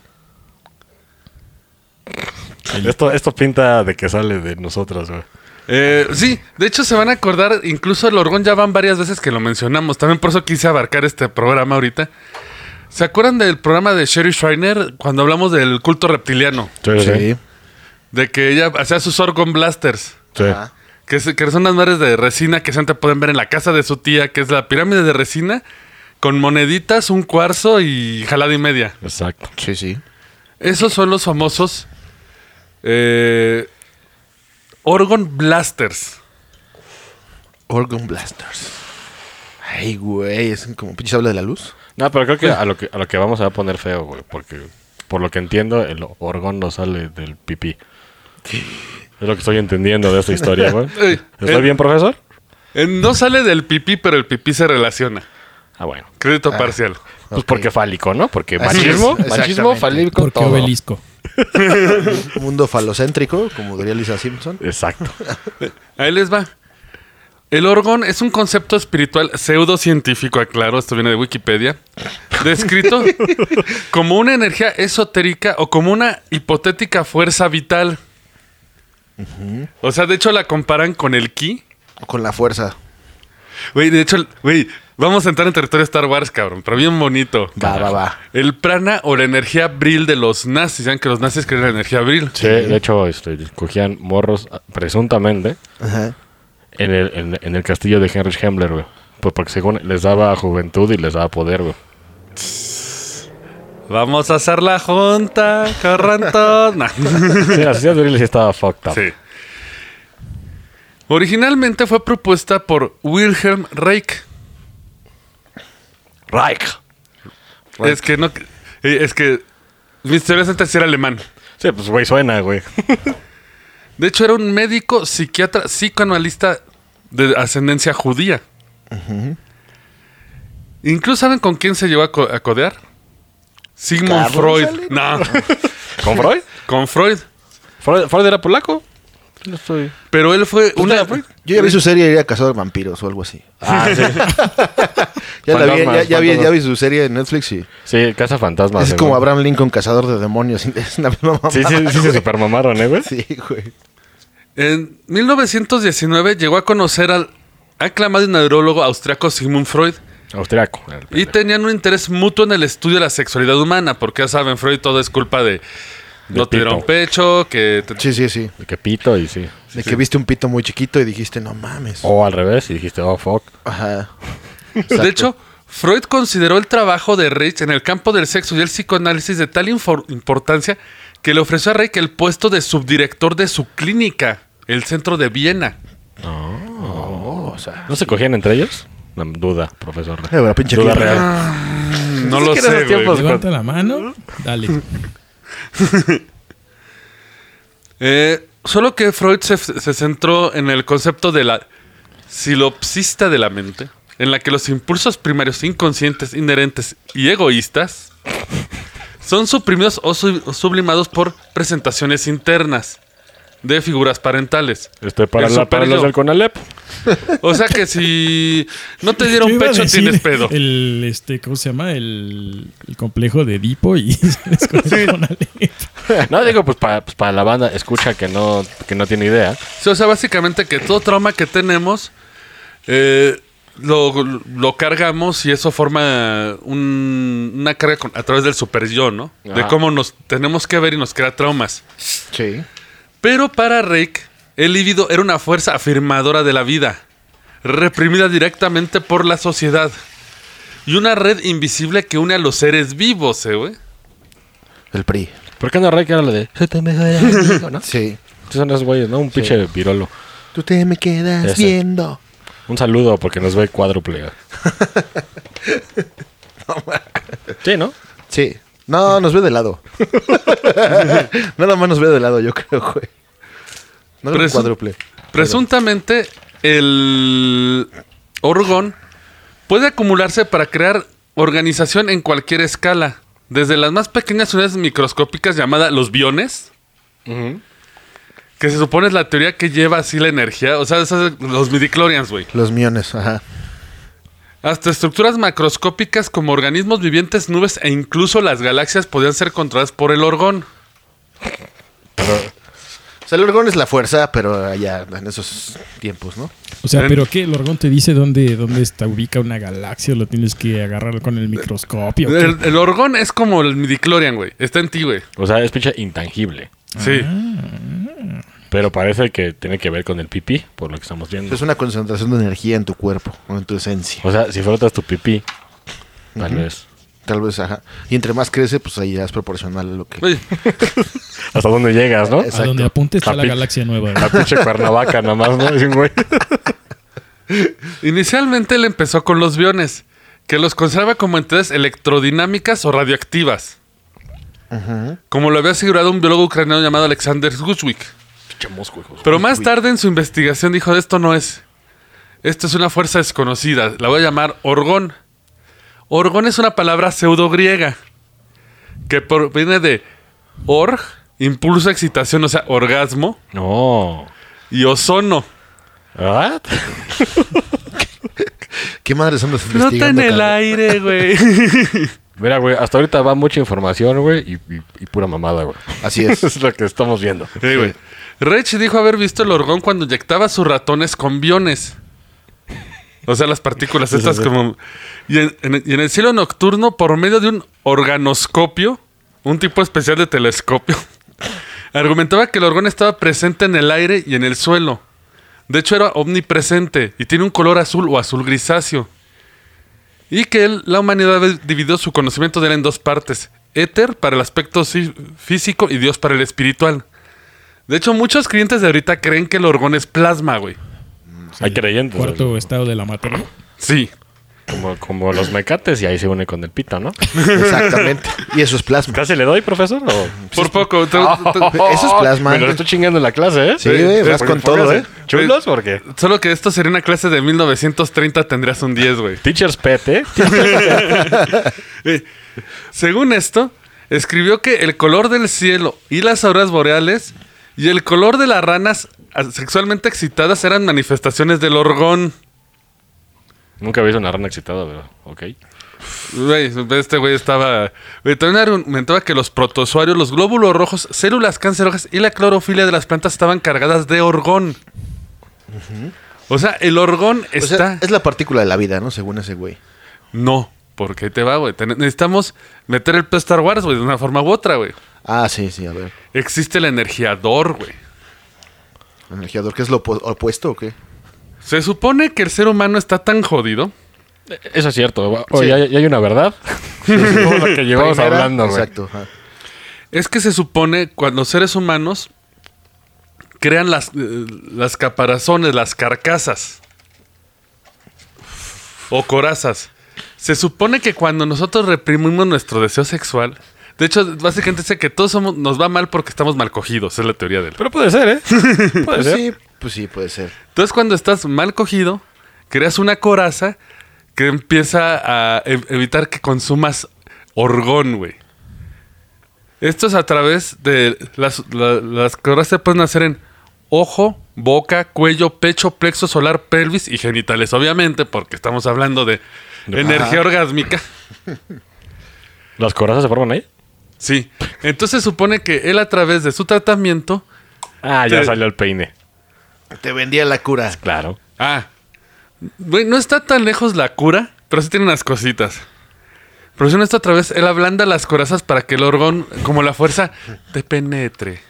Speaker 6: Esto, esto pinta de que sale de nosotros, güey.
Speaker 2: Eh, sí, de hecho se van a acordar, incluso el orgón ya van varias veces que lo mencionamos. También por eso quise abarcar este programa ahorita. ¿Se acuerdan del programa de Sherry Schreiner cuando hablamos del culto reptiliano?
Speaker 6: Sí, sí.
Speaker 4: sí.
Speaker 2: De que ella hacía sus orgon blasters.
Speaker 6: Sí.
Speaker 4: Ajá.
Speaker 2: Que, se- que son las madres de resina que se te pueden ver en la casa de su tía, que es la pirámide de resina, con moneditas, un cuarzo y jalada y media.
Speaker 6: Exacto.
Speaker 4: Sí, sí.
Speaker 2: Esos son los famosos eh, Orgon Blasters.
Speaker 4: Orgon Blasters. Ay, güey, es como pinche habla de la luz.
Speaker 6: No, pero creo que a lo que, a lo que vamos a poner feo, güey. Porque, por lo que entiendo, el orgón no sale del pipí. Es lo que estoy entendiendo de esta historia, güey.
Speaker 2: Ey,
Speaker 6: ¿Estoy
Speaker 2: eh.
Speaker 6: bien, profesor?
Speaker 2: Eh, no sale del pipí, pero el pipí se relaciona.
Speaker 6: Ah, bueno.
Speaker 2: Crédito parcial.
Speaker 6: Pues
Speaker 4: Ok.
Speaker 6: porque fálico, ¿no? Porque
Speaker 4: Así
Speaker 6: machismo,
Speaker 4: es,
Speaker 6: machismo,
Speaker 4: exactamente.
Speaker 6: fálico,
Speaker 5: Porque
Speaker 6: todo.
Speaker 5: obelisco.
Speaker 4: Un mundo falocéntrico, como diría Lisa Simpson.
Speaker 6: Exacto.
Speaker 2: Ahí les va. El orgón es un concepto espiritual pseudocientífico, aclaro, esto viene de Wikipedia, descrito como una energía esotérica o como una hipotética fuerza vital. O sea, de hecho la comparan con el ki,
Speaker 4: Con la fuerza.
Speaker 2: Güey, de hecho, güey, vamos a entrar en territorio Star Wars, cabrón, pero bien bonito.
Speaker 4: Va, va, va.
Speaker 2: El prana o la energía bril de los nazis. ¿Saben que los nazis creen en la energía bril?
Speaker 6: Sí, de hecho, este, cogían morros, ah, presuntamente,
Speaker 4: Ajá.
Speaker 6: en el, en, en el castillo de Heinrich Himmler, güey. Pues porque según les daba juventud y les daba poder, güey.
Speaker 2: Vamos a hacer la junta, carrantona.
Speaker 6: Sí, la sociedad viril sí estaba fucked up.
Speaker 2: sí. Originalmente fue propuesta por Wilhelm Reich.
Speaker 6: Reich.
Speaker 2: Es que no. eh, Es que. Mis teorías antes era alemán.
Speaker 6: Sí, pues, güey, suena, güey.
Speaker 2: De hecho, era un médico, psiquiatra, psicoanalista de ascendencia judía. Incluso, ¿saben con quién se llevó a, co- a codear? Sigmund
Speaker 4: Carlos
Speaker 2: Freud.
Speaker 4: Salinas.
Speaker 2: No,
Speaker 6: ¿Con Freud?
Speaker 2: con Freud.
Speaker 6: ¿Freud, Freud era polaco? No estoy...
Speaker 2: Pero él fue una.
Speaker 4: Yo ya vi su serie, era Cazador de Vampiros o algo así.
Speaker 6: Ah,
Speaker 4: Ya, la vi, ya,
Speaker 6: Fantasmas,
Speaker 4: ya vi,
Speaker 6: fantasmas.
Speaker 4: ya vi su serie en Netflix y
Speaker 6: Sí, Casa Fantasma.
Speaker 4: es
Speaker 6: según.
Speaker 4: como Abraham Lincoln, Cazador de Demonios. Es la misma mamá.
Speaker 6: Sí, sí, sí, se supermamaron, ¿eh, güey?
Speaker 4: Sí, güey.
Speaker 2: En 1919 llegó a conocer al aclamado neurólogo austriaco Sigmund Freud
Speaker 6: Austriaco. el
Speaker 2: y
Speaker 6: pendejo.
Speaker 2: tenían un interés mutuo en el estudio de la sexualidad humana, porque ya saben, Freud todo es culpa de. no te
Speaker 6: pito.
Speaker 2: dieron pecho, que te
Speaker 4: Sí, sí, sí.
Speaker 6: De que pito y sí.
Speaker 4: De que viste un pito muy chiquito y dijiste, no mames.
Speaker 6: O al revés y dijiste, oh, fuck.
Speaker 4: Ajá.
Speaker 2: De
Speaker 4: Exacto.
Speaker 2: hecho, Freud consideró el trabajo de Reich en el campo del sexo y el psicoanálisis de tal infor- importancia que le ofreció a Reich el puesto de subdirector de su clínica, el centro de Viena.
Speaker 6: ¿No se cogían entre ellos? No, duda, profesor.
Speaker 4: Eh, bueno, pinche
Speaker 6: duda
Speaker 4: clip.
Speaker 6: real.
Speaker 2: No lo
Speaker 6: que en
Speaker 2: sé,
Speaker 6: esos tiempos-
Speaker 2: güey.
Speaker 5: Levanta la mano. Dale.
Speaker 2: Eh, solo que Freud se, se centró en el concepto de la silopsista de la mente, en la que los impulsos primarios inconscientes, inherentes y egoístas son suprimidos o sub- o sublimados por presentaciones internas de figuras parentales.
Speaker 6: Este para,
Speaker 2: El
Speaker 6: la- para
Speaker 2: super
Speaker 6: los
Speaker 2: yo.
Speaker 6: del Conalep.
Speaker 2: O sea que si no te dieron
Speaker 5: Yo iba a
Speaker 2: pecho,
Speaker 5: decir
Speaker 2: tienes pedo.
Speaker 5: El, este, ¿cómo se llama? El, el complejo de Edipo y sales con el Conalep.
Speaker 6: No, digo, pues para, pues para la banda, escucha que no, que no tiene idea.
Speaker 2: Sí, o sea, básicamente que todo trauma que tenemos eh, lo, lo cargamos y eso forma un- una carga con- a través del super yo, ¿no? De
Speaker 6: Ajá.
Speaker 2: cómo nos tenemos que ver y nos crea traumas.
Speaker 4: Sí.
Speaker 2: Pero para Rick, El líbido era una fuerza afirmadora de la vida, reprimida directamente por la sociedad. Y una red invisible que une a los seres vivos, eh, güey.
Speaker 4: El PRI.
Speaker 6: ¿Por qué no Rey que era la de... "Se te mejora el amigo", ¿no?
Speaker 4: Sí.
Speaker 6: Esos son esos güeyes, ¿no? Un pinche virolo.
Speaker 4: Tú te me quedas
Speaker 6: Ese.
Speaker 4: viendo.
Speaker 6: Un saludo porque nos ve cuádruple. güey. sí, ¿no?
Speaker 4: Sí. No, nos ve de lado. Nada más nos ve de lado, yo creo, güey. No
Speaker 2: Pero
Speaker 4: es
Speaker 2: es-
Speaker 4: cuádruple.
Speaker 2: Presuntamente, el orgón puede acumularse para crear organización en cualquier escala, desde las más pequeñas unidades microscópicas llamadas los biones, que se supone es la teoría que lleva así la energía, o sea, esas- los midichlorians, güey.
Speaker 4: Los miones, ajá.
Speaker 2: Hasta estructuras macroscópicas como organismos vivientes, nubes e incluso las galaxias podían ser controladas por el orgón.
Speaker 4: O sea, el orgón es la fuerza, pero allá en esos tiempos, ¿no?
Speaker 5: O sea,
Speaker 2: Ven.
Speaker 5: pero ¿qué? ¿El orgón te dice dónde, dónde está, ubica una galaxia? ¿Lo tienes que agarrar con el microscopio? ¿Qué?
Speaker 2: El, el orgón es como el midichlorian, güey. Está en ti, güey.
Speaker 6: O sea, es pinche intangible.
Speaker 2: Sí.
Speaker 6: Pero parece que tiene que ver con el pipí, por lo que estamos viendo.
Speaker 4: Es una concentración de energía en tu cuerpo, o en tu esencia.
Speaker 6: O sea, si frotas tu pipí, tal vez.
Speaker 4: Tal vez, ajá. Y entre más crece, pues ahí ya es proporcional a lo que...
Speaker 2: Güey,
Speaker 6: Hasta dónde llegas, ¿no?
Speaker 5: A donde apunte está la
Speaker 6: Capi-
Speaker 5: galaxia nueva.
Speaker 6: La pinche cuernavaca nada más, ¿no? Es un güey.
Speaker 2: Inicialmente él empezó con los biones, que los conserva como entidades electrodinámicas o radioactivas. Como lo había asegurado un biólogo ucraniano llamado Alexander Gushwick. Pero más tarde en su investigación dijo, esto no es. Esto es una fuerza desconocida. La voy a llamar orgón. Orgón es una palabra pseudo-griega que proviene de org, impulso, excitación, o sea, orgasmo,
Speaker 6: No. ¿Ah?
Speaker 2: y ozono.
Speaker 6: ¿What?
Speaker 4: ¿Qué madres andas
Speaker 2: Flota en
Speaker 4: investigando?
Speaker 2: el
Speaker 4: cabrón?
Speaker 2: aire, güey.
Speaker 6: Mira, güey, hasta ahorita va mucha información, güey, y, y- y pura mamada, güey.
Speaker 4: Así es.
Speaker 6: es lo que estamos viendo.
Speaker 2: Sí, güey. Rich dijo haber visto el orgón cuando inyectaba sus ratones con biones. O sea, las partículas estas como... Y en, en- y en el cielo nocturno, por medio de un organoscopio, un tipo especial de telescopio, argumentaba que el orgón estaba presente en el aire y en el suelo. De hecho, era omnipresente y tiene un color azul o azul grisáceo. Y que él- la humanidad dividió su conocimiento de él en dos partes. Éter para el aspecto sí- físico y Dios para el espiritual. De hecho, muchos clientes de ahorita creen que el orgón es plasma, güey.
Speaker 6: Hay creyentes.
Speaker 5: Cuarto
Speaker 6: güey.
Speaker 5: estado de la materia.
Speaker 2: Sí.
Speaker 6: Como, como los mecates y ahí se une con el pito, ¿no?
Speaker 4: Exactamente. Y eso es plasma.
Speaker 6: ¿Casi le doy, profesor? O...
Speaker 2: Por poco. te- te-
Speaker 4: Eso es Oh, plasma.
Speaker 6: Me lo estoy chingando en la clase, ¿eh?
Speaker 4: Sí, güey, vas con todo, ¿eh?
Speaker 6: ¿Chulos? ¿Por qué?
Speaker 2: Solo que esto sería una clase de 1930, tendrías un 10, güey.
Speaker 6: Teacher's pet, ¿eh?
Speaker 2: Según esto, escribió que el color del cielo y las auroras boreales y el color de las ranas sexualmente excitadas eran manifestaciones del orgón.
Speaker 6: Nunca había visto una rana excitada, pero ok.
Speaker 2: Güey, este güey estaba. güey, también argumentaba que los protozoarios, los glóbulos rojos, células cancerógenas y la clorofilia de las plantas estaban cargadas de orgón. O sea, el orgón
Speaker 4: O
Speaker 2: está.
Speaker 4: sea, es la partícula de la vida, ¿no? Según ese güey.
Speaker 2: No, porque ahí te va, güey. Ten- Necesitamos meter el pedo Star Wars, güey, de una forma u otra, güey.
Speaker 4: Ah, sí, sí, a ver.
Speaker 2: Existe el energiador, güey.
Speaker 4: Energiador, ¿qué es lo opu- opuesto o qué?
Speaker 2: Se supone que el ser humano está tan jodido
Speaker 6: Eso es cierto. Oye, ya, ya hay una verdad. Como lo que llevamos
Speaker 4: Primera,
Speaker 6: hablando, güey.
Speaker 4: Exacto. ajá.
Speaker 2: Es que se supone cuando seres humanos crean las, eh, las caparazones, las carcasas o corazas. Se supone que cuando nosotros reprimimos nuestro deseo sexual, de hecho, básicamente dice que todos somos, nos va mal porque estamos mal cogidos, es la teoría de él.
Speaker 6: Pero puede ser, ¿eh? Puede
Speaker 4: Pues
Speaker 6: ser.
Speaker 4: sí, pues sí, puede ser.
Speaker 2: Entonces, cuando estás mal cogido, creas una coraza que empieza a ev- evitar que consumas orgón, güey. Esto es a través de las, la- las corazas se pueden hacer en ojo, boca, cuello, pecho, plexo solar, pelvis y genitales, obviamente, porque estamos hablando de energía orgásmica.
Speaker 6: ¿Las corazas se forman ahí?
Speaker 2: Sí. Entonces supone que él a través de su tratamiento
Speaker 6: Ah, ya
Speaker 2: Te-
Speaker 6: salió el peine.
Speaker 4: Te vendía la cura.
Speaker 6: Claro.
Speaker 2: Ah. Güey, no está tan lejos la cura, pero sí tiene unas cositas. Pero si no está otra vez, él ablanda las corazas para que el orgón, como la fuerza, te penetre.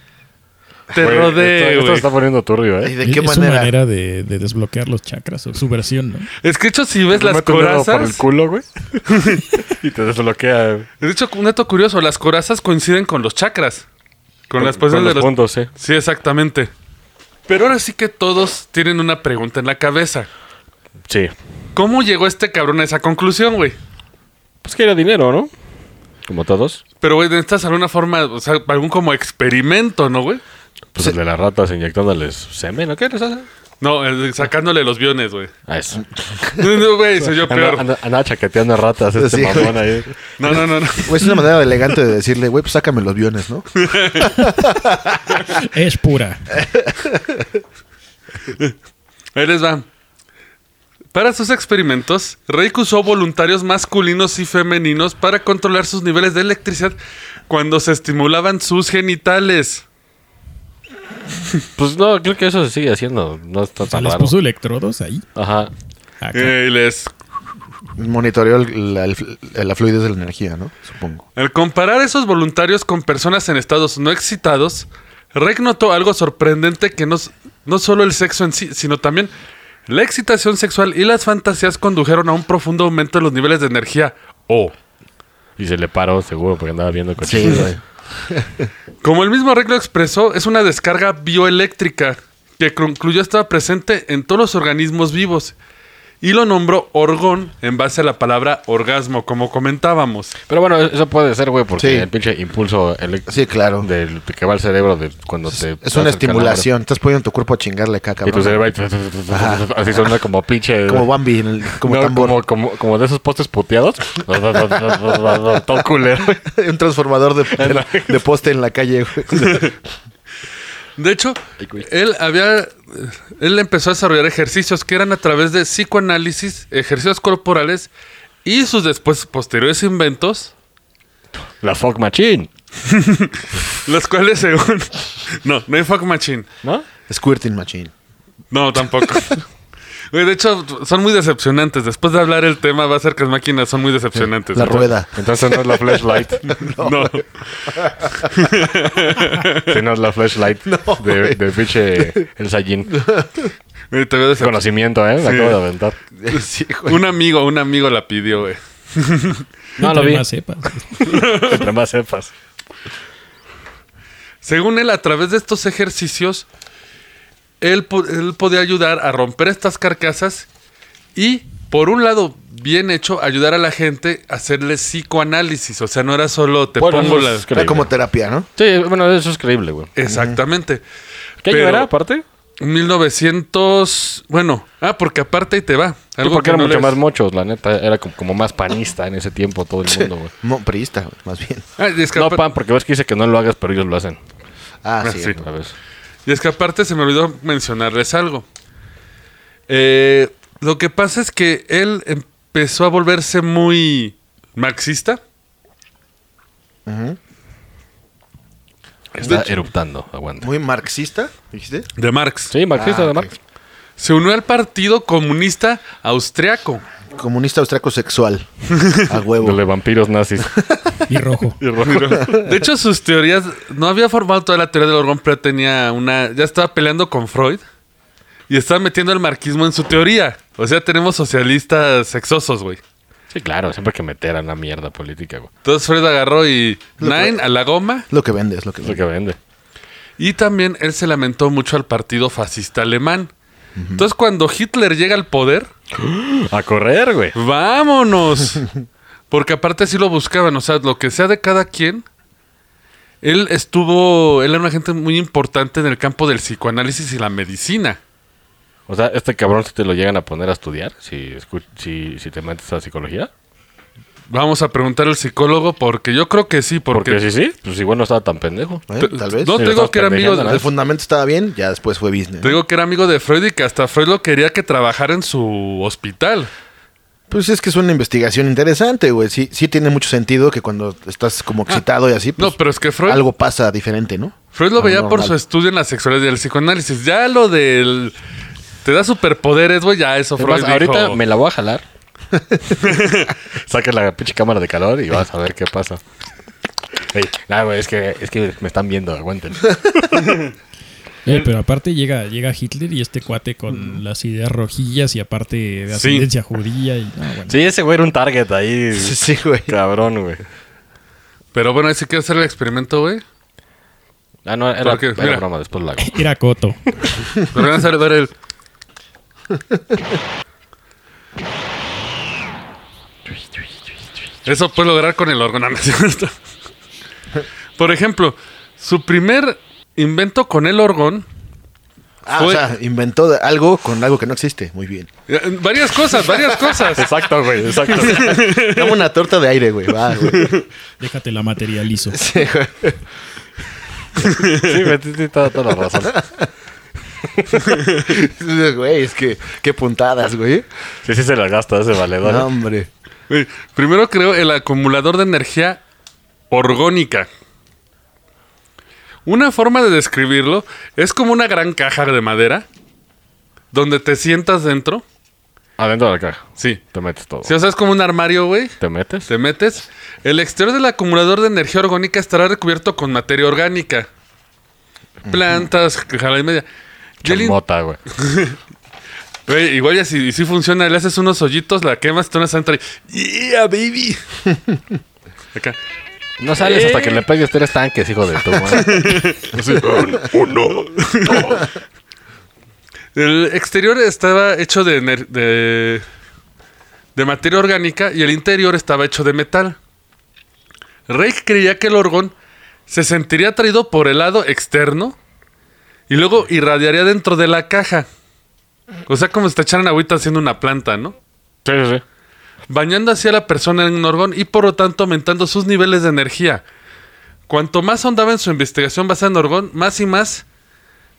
Speaker 2: te
Speaker 6: Güey,
Speaker 2: rodee,
Speaker 6: esto, esto
Speaker 2: güey.
Speaker 6: se está poniendo turbio,
Speaker 4: ¿Y
Speaker 6: ¿eh?
Speaker 4: de qué
Speaker 5: es
Speaker 4: manera?
Speaker 5: su manera de, de desbloquear los chakras o su versión, ¿no?
Speaker 2: Es que, de hecho, si ves
Speaker 6: Te
Speaker 2: las
Speaker 6: mete un dedo por el
Speaker 2: corazas...
Speaker 6: culo, güey. y te desbloquea. eh,
Speaker 2: De hecho, un dato curioso, las corazas coinciden con los chakras. Con, las posiciones de los...
Speaker 6: puntos, sí.
Speaker 2: Sí, exactamente. Pero ahora sí que todos tienen una pregunta en la cabeza.
Speaker 6: Sí.
Speaker 2: ¿Cómo llegó este cabrón a esa conclusión, güey?
Speaker 6: Pues que era dinero, ¿no? Como todos.
Speaker 2: Pero, güey, necesitas alguna forma, o sea, algún como experimento, ¿no, güey?
Speaker 6: Pues el de las ratas inyectándoles semen, ¿o qué les hace?
Speaker 2: No, el- sacándole los biones, güey.
Speaker 6: A Ah, eso.
Speaker 2: No, no, güey, soy yo
Speaker 6: Andaba
Speaker 2: peor.
Speaker 6: anda, andaba chaqueteando ratas este
Speaker 4: Sí, güey.
Speaker 6: mamón ahí.
Speaker 2: No, no, no, no.
Speaker 4: Güey, es una manera elegante de decirle, güey, pues sácame los guiones, ¿no?
Speaker 5: Es pura.
Speaker 2: Ahí les va. Para sus experimentos, Reik usó voluntarios masculinos y femeninos para controlar sus niveles de electricidad cuando se estimulaban sus genitales.
Speaker 6: Pues no, creo que eso se sigue haciendo. No está
Speaker 5: O sea,
Speaker 6: tan
Speaker 5: les
Speaker 6: raro.
Speaker 5: puso electrodos ahí.
Speaker 6: Ajá.
Speaker 5: Acá.
Speaker 2: Eh, y les
Speaker 4: Monitoreó el- la, el- la fluidez de la energía, ¿no? Supongo.
Speaker 2: Al comparar esos voluntarios con personas en estados no excitados, Reck notó algo sorprendente que no, s- no solo el sexo en sí, sino también la excitación sexual y las fantasías condujeron a un profundo aumento de los niveles de energía. O,
Speaker 6: Y se le paró, seguro, porque andaba viendo coches.
Speaker 2: como el mismo Reck lo expresó, es una descarga bioeléctrica que concluyó estaba presente en todos los organismos vivos. Y lo nombró orgón en base a la palabra orgasmo, como comentábamos.
Speaker 6: Pero bueno, e-, eso puede ser, güey, porque
Speaker 4: Sí.
Speaker 6: el pinche impulso eléctrico
Speaker 4: Sí, claro.
Speaker 6: del que va al cerebro de cuando te.
Speaker 4: Es una estimulación. Estás poniendo tu cuerpo a chingarle caca,
Speaker 6: Y tu
Speaker 4: cabrón.
Speaker 6: cerebro ahí- así suena como pinche.
Speaker 4: Como Bambi, en el- como
Speaker 6: No,
Speaker 4: tambor.
Speaker 6: como, como, como de esos postes puteados. Todo culero.
Speaker 4: Un transformador de, de- de poste en la calle, güey.
Speaker 2: De hecho, él había. eh, Él empezó a desarrollar ejercicios que eran a través de psicoanálisis, ejercicios corporales y sus después posteriores inventos,
Speaker 6: La fuck machine,
Speaker 2: los cuales según. No, no hay fuck machine.
Speaker 6: ¿no?
Speaker 4: Squirting machine.
Speaker 2: No, tampoco. Güey, De hecho, son muy decepcionantes. Después de hablar el tema, va a ser que las máquinas son muy decepcionantes.
Speaker 4: La rueda.
Speaker 6: Entonces no es la flashlight,
Speaker 2: No.
Speaker 6: sino es la flashlight de, de pinche el Sayin.
Speaker 2: Güey, te veo
Speaker 6: Ese
Speaker 2: decepcionado.
Speaker 6: conocimiento, ¿eh? Me acabo de aventar.
Speaker 4: Sí, güey.
Speaker 2: Un amigo, un amigo la pidió, güey.
Speaker 6: No lo
Speaker 5: Entre
Speaker 6: vi.
Speaker 5: más sepas.
Speaker 6: Entre más sepas.
Speaker 2: Según él, a través de estos ejercicios, él, po- él podía ayudar a romper estas carcasas y, por un lado, bien hecho, ayudar a la gente a hacerle psicoanálisis. O sea, no era solo te
Speaker 6: Bueno,
Speaker 2: pongo
Speaker 6: eso
Speaker 2: la...
Speaker 6: es
Speaker 4: Era
Speaker 6: creíble.
Speaker 4: como terapia, ¿no?
Speaker 6: Sí, bueno, eso es creíble, güey.
Speaker 2: Exactamente.
Speaker 6: ¿Qué año
Speaker 2: Pero-
Speaker 6: era, aparte?
Speaker 2: 1900... Bueno, ah, porque aparte ahí te va.
Speaker 6: Sí,
Speaker 2: Algo
Speaker 6: Pues porque
Speaker 2: que
Speaker 6: eran
Speaker 2: no
Speaker 6: mucho
Speaker 2: lees.
Speaker 6: más mochos, la neta. Era como, como más panista en ese tiempo todo el mundo, güey.
Speaker 4: No, priista, güey, más bien.
Speaker 2: Ah, y es que
Speaker 6: No
Speaker 2: apar-
Speaker 6: pan, porque ves que dice que no lo hagas, pero ellos lo hacen.
Speaker 4: Ah,
Speaker 2: Ah,
Speaker 4: sí.
Speaker 2: sí.
Speaker 4: ¿no?
Speaker 6: ¿Sabes?
Speaker 2: Y es que aparte se me olvidó mencionarles algo. Eh, lo que pasa es que él empezó a volverse muy marxista.
Speaker 6: Está eruptando, aguanta.
Speaker 4: Muy marxista, dijiste.
Speaker 2: De Marx.
Speaker 6: Sí, marxista
Speaker 4: Ah,
Speaker 6: de Marx.
Speaker 2: Se unió al Partido Comunista Austriaco.
Speaker 4: Comunista austriaco sexual. A
Speaker 6: De
Speaker 4: huevo.
Speaker 6: los vampiros nazis.
Speaker 5: Y rojo.
Speaker 2: De hecho, sus teorías no había formado toda la teoría del orgón, pero tenía una. Ya estaba peleando con Freud y estaba metiendo el marxismo en su teoría. O sea, tenemos socialistas sexosos, güey.
Speaker 6: Sí, claro, siempre hay que meter a una mierda política, güey.
Speaker 2: Entonces Freud agarró y
Speaker 4: Lo que-
Speaker 2: Nine a la goma.
Speaker 4: Lo que vende es lo que
Speaker 6: Es lo
Speaker 4: vende.
Speaker 6: que vende.
Speaker 2: Y también él se lamentó mucho al partido fascista alemán. Entonces, cuando Hitler llega al poder,
Speaker 6: A correr, güey.
Speaker 2: ¡Vámonos! Porque aparte sí lo buscaban, o sea, lo que sea de cada quien. Él estuvo, él era una gente muy importante en el campo del psicoanálisis y la medicina.
Speaker 6: O sea, este cabrón si te lo llegan a poner a estudiar, si, escu- si, si te metes a psicología.
Speaker 2: Vamos a preguntar al psicólogo porque yo creo que sí, porque...
Speaker 6: Porque si sí, pues igual no estaba tan pendejo.
Speaker 4: ¿Eh?
Speaker 2: T-
Speaker 4: Tal vez.
Speaker 2: No
Speaker 6: Sí,
Speaker 2: te digo
Speaker 6: lo estás
Speaker 2: que era amigo,
Speaker 6: pendejando,
Speaker 2: de-
Speaker 4: El fundamento estaba bien, ya después fue business.
Speaker 2: te digo que era amigo de Freud y que hasta Freud lo quería que trabajara en su hospital.
Speaker 4: Pues es que es una investigación interesante, güey. Sí, sí tiene mucho sentido que cuando estás como excitado y así, pues
Speaker 2: Ah, No, pero es que Freud,
Speaker 4: algo pasa diferente, ¿no?
Speaker 2: Freud lo
Speaker 4: algo
Speaker 2: veía por
Speaker 4: Ah, normal.
Speaker 2: su estudio en la sexualidad y el psicoanálisis. Ya lo del... Te da superpoderes, güey, ya eso
Speaker 6: Es
Speaker 2: Freud
Speaker 6: más, ahorita
Speaker 2: dijo.
Speaker 6: me la voy a jalar. Saca la pinche cámara de calor y vas a ver qué pasa. Ey, nah, güey, es que, es que me están viendo, aguanten.
Speaker 5: Eh, pero aparte llega, llega Hitler y este cuate con las ideas rojillas y aparte de
Speaker 2: Sí.
Speaker 5: ascendencia judía y no, bueno.
Speaker 6: Sí, ese güey era un target ahí.
Speaker 4: Sí, sí, güey.
Speaker 6: Cabrón, güey.
Speaker 2: Pero bueno, ahí sí quiero hacer el experimento, güey.
Speaker 6: Ah, no, era,
Speaker 2: Porque,
Speaker 6: era
Speaker 2: mira.
Speaker 6: broma, después la hago.
Speaker 5: Era Coto.
Speaker 2: Pero van a salvar el. Eso puede lograr con el órgano. ¿no es cierto? Por ejemplo, su primer invento con el orgón.
Speaker 4: Ah,
Speaker 2: Fue-
Speaker 4: o sea, inventó de- algo con algo que no existe. Muy bien.
Speaker 2: eh, Varias cosas, varias cosas.
Speaker 6: Exacto, güey, exacto.
Speaker 4: Dame una torta de aire, güey. Va, güey.
Speaker 5: Déjate la materializo.
Speaker 4: Sí, güey.
Speaker 6: Sí, güey, sí, sí, toda, toda la razón.
Speaker 4: Sí, Güey, es que qué puntadas, güey.
Speaker 6: Sí, sí se la gasta ese valedor.
Speaker 4: No, hombre.
Speaker 2: Güey, Primero creó el acumulador de energía orgónica. Una forma de describirlo es como una gran caja de madera donde te sientas dentro.
Speaker 6: Adentro de la caja.
Speaker 2: Sí.
Speaker 6: Te metes todo.
Speaker 2: Si o sea, es como un armario, güey.
Speaker 6: ¿Te metes?
Speaker 2: Te metes. El exterior del acumulador de energía orgánica estará recubierto con materia orgánica. Plantas, jala y media. Y el in-
Speaker 6: Mota, güey.
Speaker 2: Güey, igual ya si, si funciona, le haces unos hoyitos, la quemas, te unas entra y... ¡Yeah, baby! Acá.
Speaker 6: No sales hasta que le pegues tres tanques, hijo de tu madre.
Speaker 2: El exterior estaba hecho de, ener- de, de materia orgánica y el interior estaba hecho de metal. Reich creía que el orgón se sentiría atraído por el lado externo y luego irradiaría dentro de la caja. O sea, como si te echaran agüita haciendo una planta, ¿no?
Speaker 6: Sí, sí, sí.
Speaker 2: bañando así a la persona en un orgón y por lo tanto aumentando sus niveles de energía. Cuanto más ahondaba en su investigación basada en orgón, más y más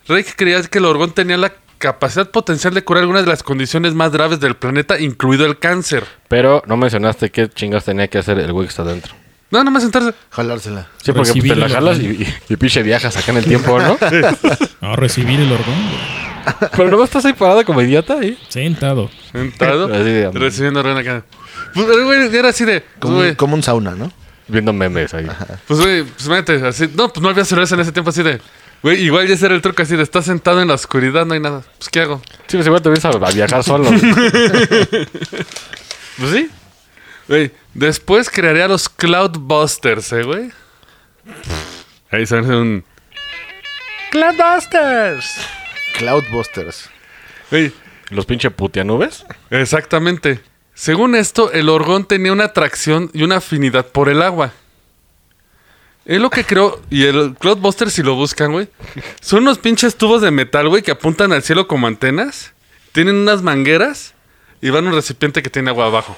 Speaker 2: Reich creía que el orgón tenía la capacidad potencial de curar algunas de las condiciones más graves del planeta, incluido el cáncer.
Speaker 6: Pero no mencionaste qué chingas tenía que hacer el güey que está adentro.
Speaker 2: No, nomás sentarse.
Speaker 4: Jalársela.
Speaker 6: Sí, porque pues,
Speaker 5: Recibir
Speaker 6: te la
Speaker 5: el
Speaker 6: jalas
Speaker 5: orgón.
Speaker 6: y, y, y pinche viajas acá en el tiempo, ¿no?
Speaker 5: No, recibir el orgón, güey.
Speaker 6: Pero no estás ahí parado como idiota ahí.
Speaker 5: Sentado.
Speaker 2: Sentado,
Speaker 6: Así de-
Speaker 2: recibiendo orgón acá. Pues el güey era así de. Pues
Speaker 4: Como,
Speaker 2: güey,
Speaker 4: como un sauna, ¿no?
Speaker 6: Viendo memes ahí.
Speaker 2: pues, güey, pues métete, así. No, pues no había celulares en ese tiempo así de. Güey, igual ya ese era el truco así de. Estás sentado en la oscuridad, no hay nada. Pues ¿qué hago?
Speaker 6: Sí, pues igual te vienes a, a viajar solo. güey.
Speaker 2: Pues sí. Güey, después crearía los Cloudbusters, ¿eh, güey? Ahí se hace un... ¡Cloudbusters!
Speaker 4: Cloudbusters.
Speaker 2: Güey,
Speaker 6: Los pinche putianubes.
Speaker 2: exactamente. Según esto, el orgón tenía una atracción y una afinidad por el agua. Es lo que creo... Y el Cloudbuster, si lo buscan, güey, son unos pinches tubos de metal, güey, que apuntan al cielo como antenas. Tienen unas mangueras y van a un recipiente que tiene agua abajo.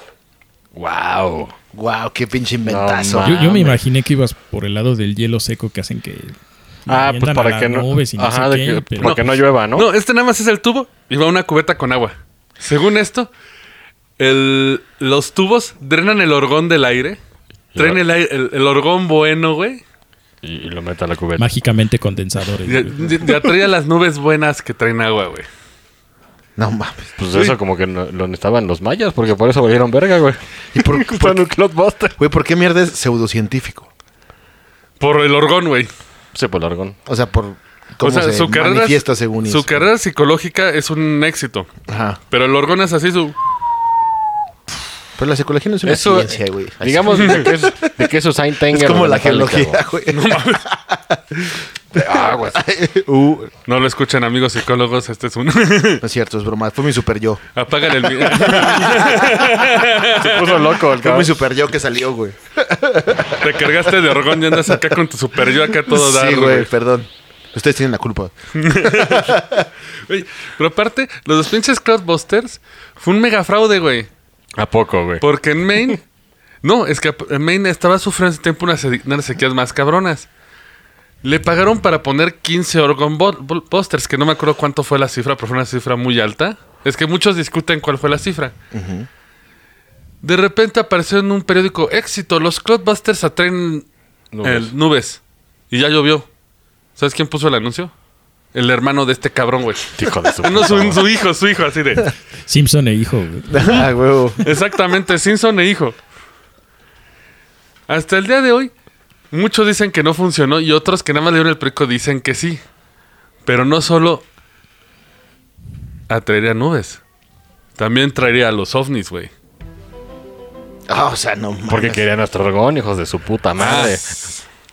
Speaker 6: Wow.
Speaker 4: Wow, qué pinche inventazo.
Speaker 6: No,
Speaker 5: Yo, yo me
Speaker 6: mames.
Speaker 5: imaginé que ibas por el lado del hielo seco que hacen que.
Speaker 6: Ah,
Speaker 5: mientan
Speaker 6: pues
Speaker 5: a
Speaker 6: para
Speaker 5: las
Speaker 6: que no.
Speaker 5: nubes y no
Speaker 6: Ajá,
Speaker 5: sé
Speaker 6: de
Speaker 5: qué,
Speaker 6: que-
Speaker 5: pero-
Speaker 6: para que no llueva, ¿no?
Speaker 2: ¿No? este nada más es el tubo y va una cubeta con agua. Según esto, el- los tubos drenan el orgón del aire. Traen el, aire- el- el orgón bueno, güey.
Speaker 6: Y, y lo mete a la cubeta.
Speaker 5: mágicamente condensadores.
Speaker 2: Y,
Speaker 5: güey.
Speaker 2: y- y atrae a las nubes buenas que traen agua, güey.
Speaker 4: No mames.
Speaker 6: Pues eso como que no- lo necesitaban los mayas, porque por eso volvieron verga, güey.
Speaker 4: ¿Y por, por-
Speaker 6: Fueron un clotbuster.
Speaker 4: güey, ¿por qué mierda es pseudocientífico?
Speaker 2: Por el orgón, güey.
Speaker 6: Sí, por largón.
Speaker 4: O sea, por
Speaker 2: O
Speaker 4: cómo
Speaker 2: sea,
Speaker 4: se
Speaker 2: su carrera,
Speaker 4: manifiesta según
Speaker 2: su
Speaker 4: eso.
Speaker 2: carrera psicológica es un éxito.
Speaker 4: Ajá.
Speaker 2: Pero el orgón es así su...
Speaker 4: Pero la psicología no es una
Speaker 6: Eso, eh,
Speaker 4: ciencia, güey. Así-
Speaker 6: digamos, de que es, de que eso Saint
Speaker 4: es
Speaker 6: Tenger.
Speaker 4: como
Speaker 6: güey,
Speaker 4: la
Speaker 6: metálica,
Speaker 4: geología, güey.
Speaker 6: güey. Ah, güey.
Speaker 4: Uh,
Speaker 2: No lo escuchan, amigos psicólogos. Este es un...
Speaker 4: no es cierto, es broma. Fue mi super yo.
Speaker 2: Apagan el... video.
Speaker 6: Se puso loco el
Speaker 4: Fue
Speaker 6: cabrón.
Speaker 4: mi super yo que salió, güey.
Speaker 2: Te cargaste de orgón y andas acá con tu super yo acá todo dar,
Speaker 4: Sí,
Speaker 2: güey.
Speaker 4: güey, perdón. Ustedes tienen la culpa.
Speaker 2: Güey, pero aparte, los dos pinches Cloudbusters fue un mega fraude, güey.
Speaker 6: ¿A poco, güey?
Speaker 2: Porque en Maine. no, es que en Maine estaba sufriendo ese tiempo unas, se- unas sequías más cabronas. Le pagaron para poner 15 Orgon Bo- Bo- Busters, que no me acuerdo cuánto fue la cifra, pero fue una cifra muy alta. Es que muchos discuten cuál fue la cifra. De repente apareció en un periódico éxito: los Cloudbusters atraen
Speaker 6: Nubes.
Speaker 2: eh, nubes. Y ya llovió. ¿Sabes quién puso el anuncio? El hermano de este cabrón, güey.
Speaker 6: Hijo de su
Speaker 2: Ah, No,
Speaker 6: puta
Speaker 2: su,
Speaker 6: madre.
Speaker 2: su hijo, su hijo, así de.
Speaker 5: Simpson e hijo. güey.
Speaker 4: ah, huevo.
Speaker 2: Exactamente, Simpson e hijo. Hasta el día de hoy, muchos dicen que no funcionó y otros que nada más dieron el preco dicen que sí. Pero no solo atraería nubes, también traería a los ovnis, güey.
Speaker 4: Ah, o sea, no mames.
Speaker 6: Porque quería nuestro orgón, hijos de su puta madre.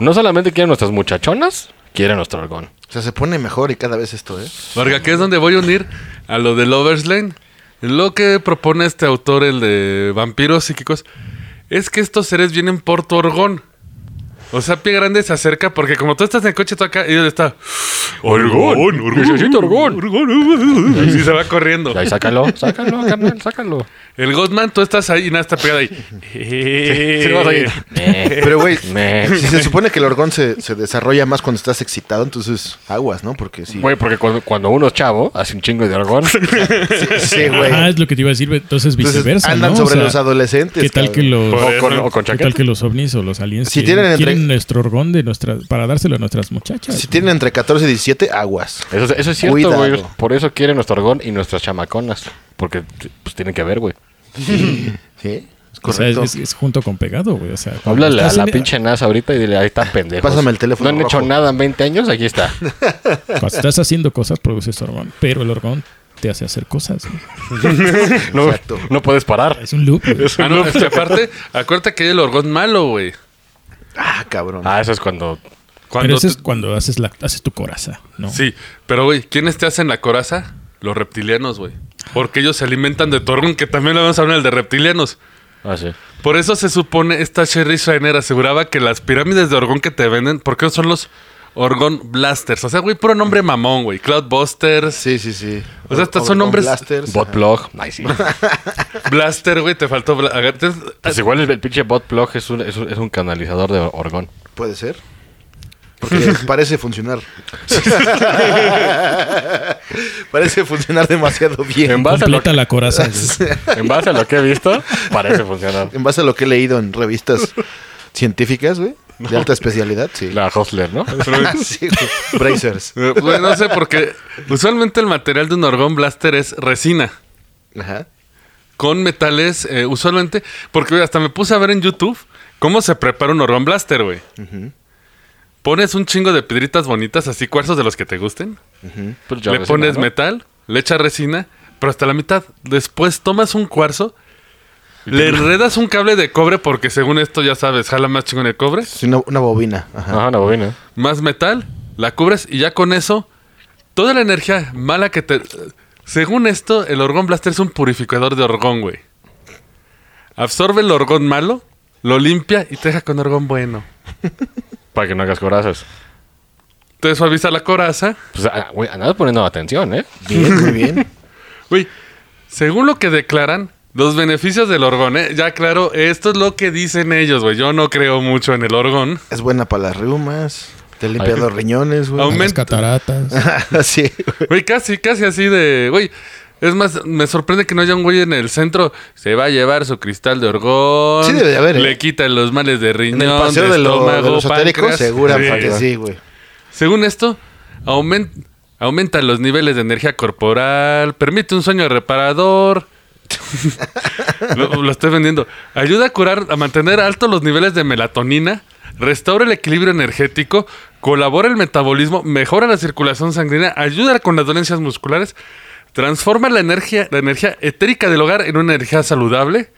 Speaker 6: No solamente quieren nuestras muchachonas, quieren nuestro orgón.
Speaker 4: O sea, se pone mejor y cada vez esto, ¿eh?
Speaker 2: Porque que es donde voy a unir a lo de Lover's Lane. Lo que propone este autor, el de vampiros psíquicos, es que estos seres vienen por tu orgón. O sea, Pie Grande se acerca porque como tú estás en el coche, tú acá, y él está... ¡Orgón! ¡Orgón!
Speaker 6: Necesito orgón.
Speaker 2: orgón". Y se va corriendo.
Speaker 6: Ahí sácalo, sácalo, carnal, sácalo.
Speaker 2: El Godman, tú estás ahí y nada, está pegado ahí.
Speaker 6: Sí, vas ahí.
Speaker 4: Pero, güey,
Speaker 6: Eh. Me-
Speaker 4: si se supone que el orgón se, se desarrolla más cuando estás excitado, entonces aguas, ¿no? Porque sí.
Speaker 6: Güey, porque cuando, cuando uno es chavo, hace un chingo de orgón.
Speaker 4: Sí, güey.
Speaker 5: Ah, es lo que te iba a decir, güey. entonces
Speaker 4: Entonces,
Speaker 5: viceversa.
Speaker 4: andan
Speaker 5: ¿no?
Speaker 4: sobre
Speaker 5: O sea,
Speaker 4: los adolescentes.
Speaker 5: ¿Qué tal, que
Speaker 4: cabrón.
Speaker 5: los,
Speaker 6: O con, o con
Speaker 5: ¿Qué
Speaker 6: chaqueta.
Speaker 5: tal que los ovnis o los aliens
Speaker 4: Si
Speaker 5: quieren,
Speaker 4: tienen entre-
Speaker 5: quieren nuestro orgón de nuestra, para dárselo a nuestras muchachas?
Speaker 4: Si tienen entre 14 y 17, aguas.
Speaker 6: Eso, eso es cierto,
Speaker 4: Cuidado.
Speaker 6: güey. Por eso quieren nuestro orgón y nuestras chamaconas. Porque pues, tienen que ver, güey.
Speaker 4: Sí, es
Speaker 5: O sea, es,
Speaker 4: correcto.
Speaker 5: es- es junto con pegado, güey. O sea, cuando
Speaker 6: Háblale a
Speaker 5: estás
Speaker 6: la
Speaker 5: en-
Speaker 6: pinche NASA ahorita y dile, ahí está, pendejo.
Speaker 4: Pásame el teléfono
Speaker 6: No han
Speaker 4: rojo.
Speaker 6: hecho nada en 20 años, aquí está.
Speaker 5: Cuando estás haciendo cosas, produces orgón. Pero el orgón te hace hacer cosas. güey.
Speaker 6: No,
Speaker 4: Exacto.
Speaker 6: no puedes parar.
Speaker 5: Es un loop. güey.
Speaker 2: Ah, no, es que aparte, acuérdate que hay el orgón malo, güey.
Speaker 4: Ah, cabrón.
Speaker 6: Ah, eso es cuando...
Speaker 5: Pero
Speaker 2: Cuando
Speaker 5: eso es
Speaker 2: te-
Speaker 5: cuando haces, la, haces tu coraza, ¿no?
Speaker 2: Sí, pero güey, ¿quiénes te hacen la coraza? Los reptilianos, güey. Porque ellos se alimentan de tu orgón, que también lo vamos a hablar el de reptilianos.
Speaker 6: Ah, sí.
Speaker 2: Por eso se supone, esta Sherry Shiner aseguraba que las pirámides de orgón que te venden, porque son los orgón blasters. O sea, güey, puro nombre mamón, güey. Cloudbusters,
Speaker 4: Sí, sí, sí.
Speaker 2: O sea, estos son
Speaker 4: Orgón
Speaker 2: hombres-
Speaker 4: blasters.
Speaker 6: Botplug. Ay, sí.
Speaker 2: blaster, güey, te faltó... bla- agar- Entonces,
Speaker 6: Pues igual el, el pinche botplug es un, es, un, es un canalizador de orgón.
Speaker 4: Puede ser. Porque parece funcionar. parece funcionar demasiado
Speaker 6: En
Speaker 4: bien.
Speaker 6: base, a lo,
Speaker 5: Completa la coraza. güey.
Speaker 6: en base a lo que he visto, parece funcionar.
Speaker 4: En base a lo que he leído en revistas científicas, güey. De alta especialidad, sí.
Speaker 6: La Hostler, ¿no?
Speaker 4: sí, güey. Bracers.
Speaker 2: eh, güey, no sé, porque usualmente el material de un orgón blaster es resina.
Speaker 4: Ajá.
Speaker 2: con metales, eh, usualmente, porque güey, hasta me puse a ver en YouTube cómo se prepara un Orgón Blaster, güey. Pones un chingo de piedritas bonitas, así cuarzos de los que te gusten,
Speaker 6: Pues ya
Speaker 2: le
Speaker 6: ves,
Speaker 2: pones
Speaker 6: ¿no?
Speaker 2: metal, le echas resina, pero hasta la mitad. Después tomas un cuarzo, le enredas un cable de cobre, porque según esto ya sabes, jala más chingón el cobre,
Speaker 4: Sí, una, una bobina. Ajá.
Speaker 6: Ajá, una bobina.
Speaker 2: más metal, la cubres y ya con eso, toda la energía mala que te... Según esto, el orgón blaster es un purificador de orgón, güey. Absorbe el orgón malo, lo limpia y te deja con orgón bueno.
Speaker 6: Para que no hagas corazas.
Speaker 2: Te suaviza la coraza.
Speaker 6: Pues, ah, güey, andabas poniendo atención, ¿eh?
Speaker 4: Bien, muy bien.
Speaker 2: Güey, según lo que declaran, los beneficios del orgón, ¿eh? Ya claro, esto es lo que dicen ellos, güey. Yo no creo mucho en el orgón.
Speaker 4: Es buena para las riumas. Te limpia los riñones,
Speaker 2: Aún
Speaker 4: güey.
Speaker 5: Las cataratas.
Speaker 4: Así.
Speaker 2: Güey, casi, casi así de. Güey. Es más, me sorprende que no haya un güey en el centro. Se va a llevar su cristal de orgón.
Speaker 4: Sí, debe de haber,
Speaker 2: Le
Speaker 4: ¿eh?
Speaker 2: quita los males de riñón,
Speaker 4: En el paseo
Speaker 2: de
Speaker 4: de, lo- de
Speaker 2: estómago,
Speaker 4: los esotéricos,
Speaker 2: páncreas.
Speaker 4: seguramente
Speaker 2: Sí.
Speaker 4: sí, güey.
Speaker 2: Según esto, aumen- aumenta los niveles de energía corporal, permite un sueño reparador. lo, lo estoy vendiendo. Ayuda a curar, a mantener altos los niveles de melatonina, restaura el equilibrio energético, colabora el metabolismo, mejora la circulación sanguínea, ayuda con las dolencias musculares, transforma la energía, la energía etérica del hogar en una energía saludable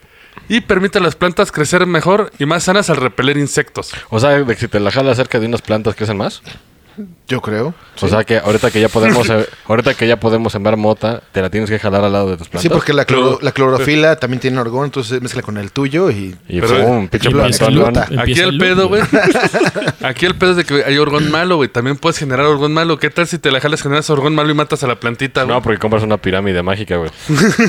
Speaker 2: y permite a las plantas crecer mejor y más sanas al repeler insectos.
Speaker 6: O sea, de que si te la jalas cerca de unas plantas, crecen más.
Speaker 4: Yo creo.
Speaker 6: O sea, que ahorita que ya podemos eh, ahorita que ya podemos sembrar mota, te la tienes que jalar al lado de tus plantas.
Speaker 4: Sí, porque la, cloro-
Speaker 2: Cloro-
Speaker 4: la clorofila también tiene orgón, entonces mezcla con el tuyo y...
Speaker 6: Y
Speaker 2: Pero-
Speaker 6: fue un pinche
Speaker 5: Empieza
Speaker 4: Explota,
Speaker 5: el
Speaker 6: plantón.
Speaker 4: explota.
Speaker 5: loop,
Speaker 2: Aquí
Speaker 5: empieza
Speaker 2: el
Speaker 5: loop,
Speaker 2: pedo, güey. Aquí el pedo es de que hay orgón malo, güey. También puedes generar orgón malo. ¿Qué tal si te la jalas, generas orgón malo y matas a la plantita, güey?
Speaker 6: No, porque compras una pirámide mágica, güey.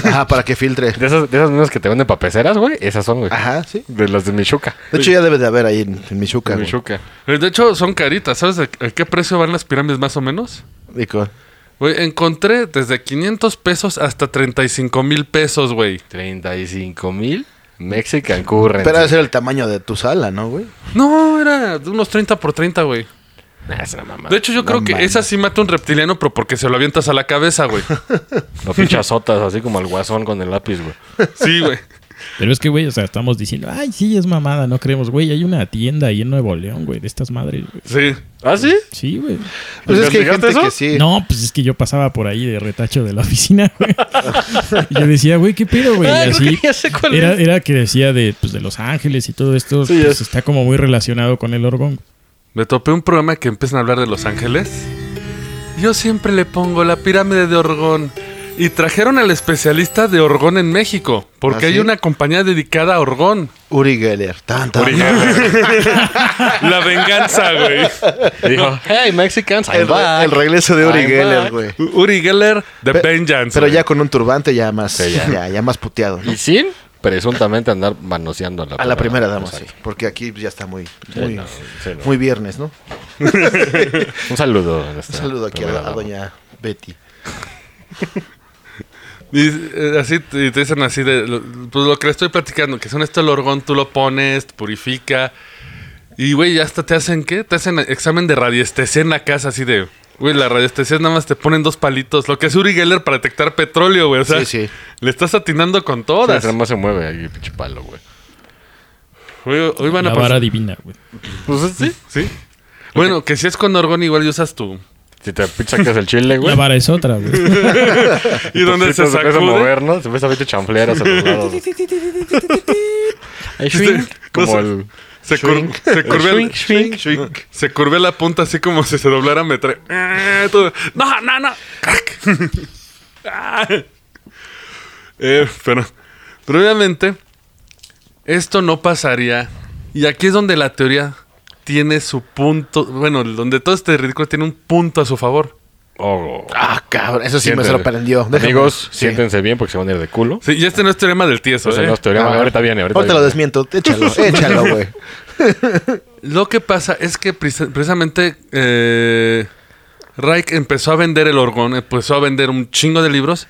Speaker 4: Ajá, para que filtre.
Speaker 6: De esas, de esas mismas que te venden para peceras, güey. Esas son, güey.
Speaker 4: Ajá, sí.
Speaker 6: De las de Michuca.
Speaker 4: De hecho, ya debe de haber ahí en, en Michuca, güey.
Speaker 6: Michuca.
Speaker 2: De hecho, son caritas. ¿Sabes a a qué precio van las pirámides más o menos?
Speaker 4: Dico,
Speaker 2: Güey, encontré desde 500 pesos hasta 35 mil pesos, güey.
Speaker 6: 35 mil Mexican Currency.
Speaker 4: Pero debe ser el tamaño de tu sala, ¿no, güey?
Speaker 2: No, era de unos 30 por 30, güey.
Speaker 6: Nah, es una mamada.
Speaker 2: De hecho, yo creo que
Speaker 4: mames.
Speaker 2: esa sí mata un reptiliano, pero porque se lo avientas a la cabeza, güey.
Speaker 6: Lo pinchazotas así como el guasón con el lápiz, güey.
Speaker 2: Sí, güey.
Speaker 5: Pero es que, güey, o sea, estamos diciendo, ay, sí, es mamada, no creemos, güey. Hay una tienda ahí en Nuevo León, güey, de estas madres, güey.
Speaker 2: Sí.
Speaker 6: ¿Ah, sí?
Speaker 5: Sí, güey.
Speaker 4: Pues es que hay gente
Speaker 6: ¿Investigaste
Speaker 4: que
Speaker 6: eso?
Speaker 4: sí.
Speaker 5: No, pues es que yo pasaba por ahí de retacho de la oficina, güey. y yo decía, güey, qué pedo, güey. Y
Speaker 6: Ah, creo
Speaker 5: así.
Speaker 6: que ya sé cuál
Speaker 5: Era,
Speaker 6: es.
Speaker 5: era que decía de, pues, de Los Ángeles y todo esto,
Speaker 6: Sí,
Speaker 5: pues
Speaker 6: ya.
Speaker 5: está como muy relacionado con el orgón.
Speaker 2: Me topé un programa que empiezan a hablar de Los Ángeles. Yo siempre le pongo la pirámide de Orgón. Y trajeron al especialista de Orgón en México. Porque
Speaker 4: ¿Ah,
Speaker 2: hay
Speaker 4: sí?
Speaker 2: una compañía dedicada a Orgón.
Speaker 4: Uri Geller. Tan, tan.
Speaker 2: La venganza, güey.
Speaker 6: Y dijo, hey, Mexicans, I'm
Speaker 4: El, re-
Speaker 6: back.
Speaker 4: el regreso de Uri
Speaker 6: I'm
Speaker 4: Geller,
Speaker 6: back.
Speaker 4: güey.
Speaker 2: Uri Geller, The
Speaker 4: Pe-
Speaker 2: Vengeance.
Speaker 4: Pero
Speaker 2: güey.
Speaker 4: ya con un turbante ya más,
Speaker 6: Sí,
Speaker 4: ya.
Speaker 6: ya.
Speaker 4: Ya, más puteado, ¿no?
Speaker 6: Y sin presuntamente andar manoseando a la,
Speaker 4: A la primera dama, sí.
Speaker 6: Exacto.
Speaker 4: Porque aquí ya está muy, muy,
Speaker 6: no, sí, no.
Speaker 4: muy viernes, ¿no?
Speaker 6: Un saludo. a
Speaker 4: Un
Speaker 6: nuestra
Speaker 4: saludo aquí a,
Speaker 6: primera
Speaker 4: a
Speaker 6: dama.
Speaker 4: doña Betty.
Speaker 2: Y eh, así te y te dicen así de lo- pues lo que le estoy platicando, que son esto el orgón, tú lo pones, te purifica. Y güey, ya hasta te hacen qué? Te hacen examen de radiestesia en la casa, así de. Güey, la radiestesia nada más te ponen dos palitos. Lo que es Uri Geller para detectar petróleo, güey. O sea,
Speaker 4: Sí, sí.
Speaker 2: le estás atinando con
Speaker 6: Sí,
Speaker 2: todas.
Speaker 6: nada más se mueve ahí, pinche palo, güey.
Speaker 2: Güey, hoy van
Speaker 5: La
Speaker 2: a
Speaker 5: vara
Speaker 2: pasar.
Speaker 5: divina, güey.
Speaker 2: Pues sí, sí. Bueno, que si es con orgón, igual y usas tú.
Speaker 6: Si te sacas el chile, güey.
Speaker 5: La vara es otra, güey.
Speaker 2: Y donde
Speaker 6: Sí,
Speaker 2: se
Speaker 6: te empieza a
Speaker 2: sacude.
Speaker 6: mover, ¿no? Se empieza a ver chanfleras a los lados. Ahí
Speaker 2: swing.
Speaker 6: Este, Como
Speaker 2: No sé.
Speaker 6: el...
Speaker 2: Se, cur- se curvea el-
Speaker 6: swing, swing.
Speaker 2: Se curve la punta así como si se doblara metre. Eh, todo. No, no, no. Crack. Ah. Eh, pero, pero obviamente, esto no pasaría. Y aquí es donde la teoría tiene su punto. Bueno, donde todo este ridículo tiene un punto a su favor.
Speaker 6: Oh,
Speaker 4: Ah, cabrón. Eso sí
Speaker 6: siéntense.
Speaker 4: me sorprendió. Déjame-
Speaker 6: Amigos,
Speaker 4: sí.
Speaker 6: siéntense bien porque se van a ir de culo.
Speaker 2: Sí, y este no es teorema del tieso.
Speaker 6: Entonces,
Speaker 2: ¿eh?
Speaker 6: no es teorema.
Speaker 4: Ah,
Speaker 6: ahorita viene, ahorita,
Speaker 4: lo
Speaker 6: viene.
Speaker 4: desmiento. Échalo, échalo, güey.
Speaker 2: Lo que pasa es que preci- precisamente eh, Reich empezó a vender el orgón, empezó a vender un chingo de libros.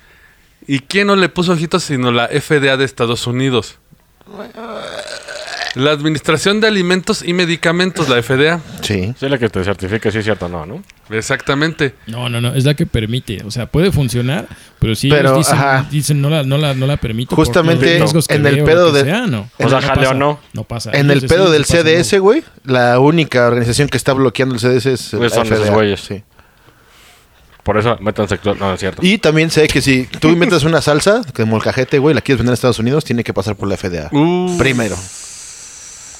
Speaker 2: ¿Y quién no le puso ojitos sino la FDA de Estados Unidos? La Administración de Alimentos y Medicamentos, la FDA.
Speaker 4: Sí.
Speaker 6: Sí, la que te certifica si es cierto o no, ¿no?
Speaker 2: Exactamente.
Speaker 5: No, no, no, es la que permite. O sea, puede funcionar, pero sí
Speaker 4: Pero,
Speaker 5: ellos dicen,
Speaker 4: ajá.
Speaker 5: dicen, no, la, no, la, no la permite. por
Speaker 4: Justamente
Speaker 5: los riesgos que
Speaker 4: en el
Speaker 5: veo,
Speaker 4: pedo
Speaker 5: lo que
Speaker 4: de-
Speaker 5: sea, no.
Speaker 6: O sea, jale o
Speaker 5: pasa,
Speaker 6: no.
Speaker 5: No pasa.
Speaker 4: En el
Speaker 5: Ellos
Speaker 4: pedo del
Speaker 5: deciden, no pasa,
Speaker 4: CDS,
Speaker 5: no.
Speaker 4: güey, la única organización que está bloqueando el CDS es
Speaker 6: Pues son esos
Speaker 4: FDA,
Speaker 6: güeyes.
Speaker 4: Sí.
Speaker 6: Por eso metan sexual. No, no es cierto.
Speaker 4: Y también sé que si tú inventas una salsa, como el cajete, güey, la quieres vender en Estados Unidos, tiene que pasar por la FDA.
Speaker 2: Uh.
Speaker 4: Primero.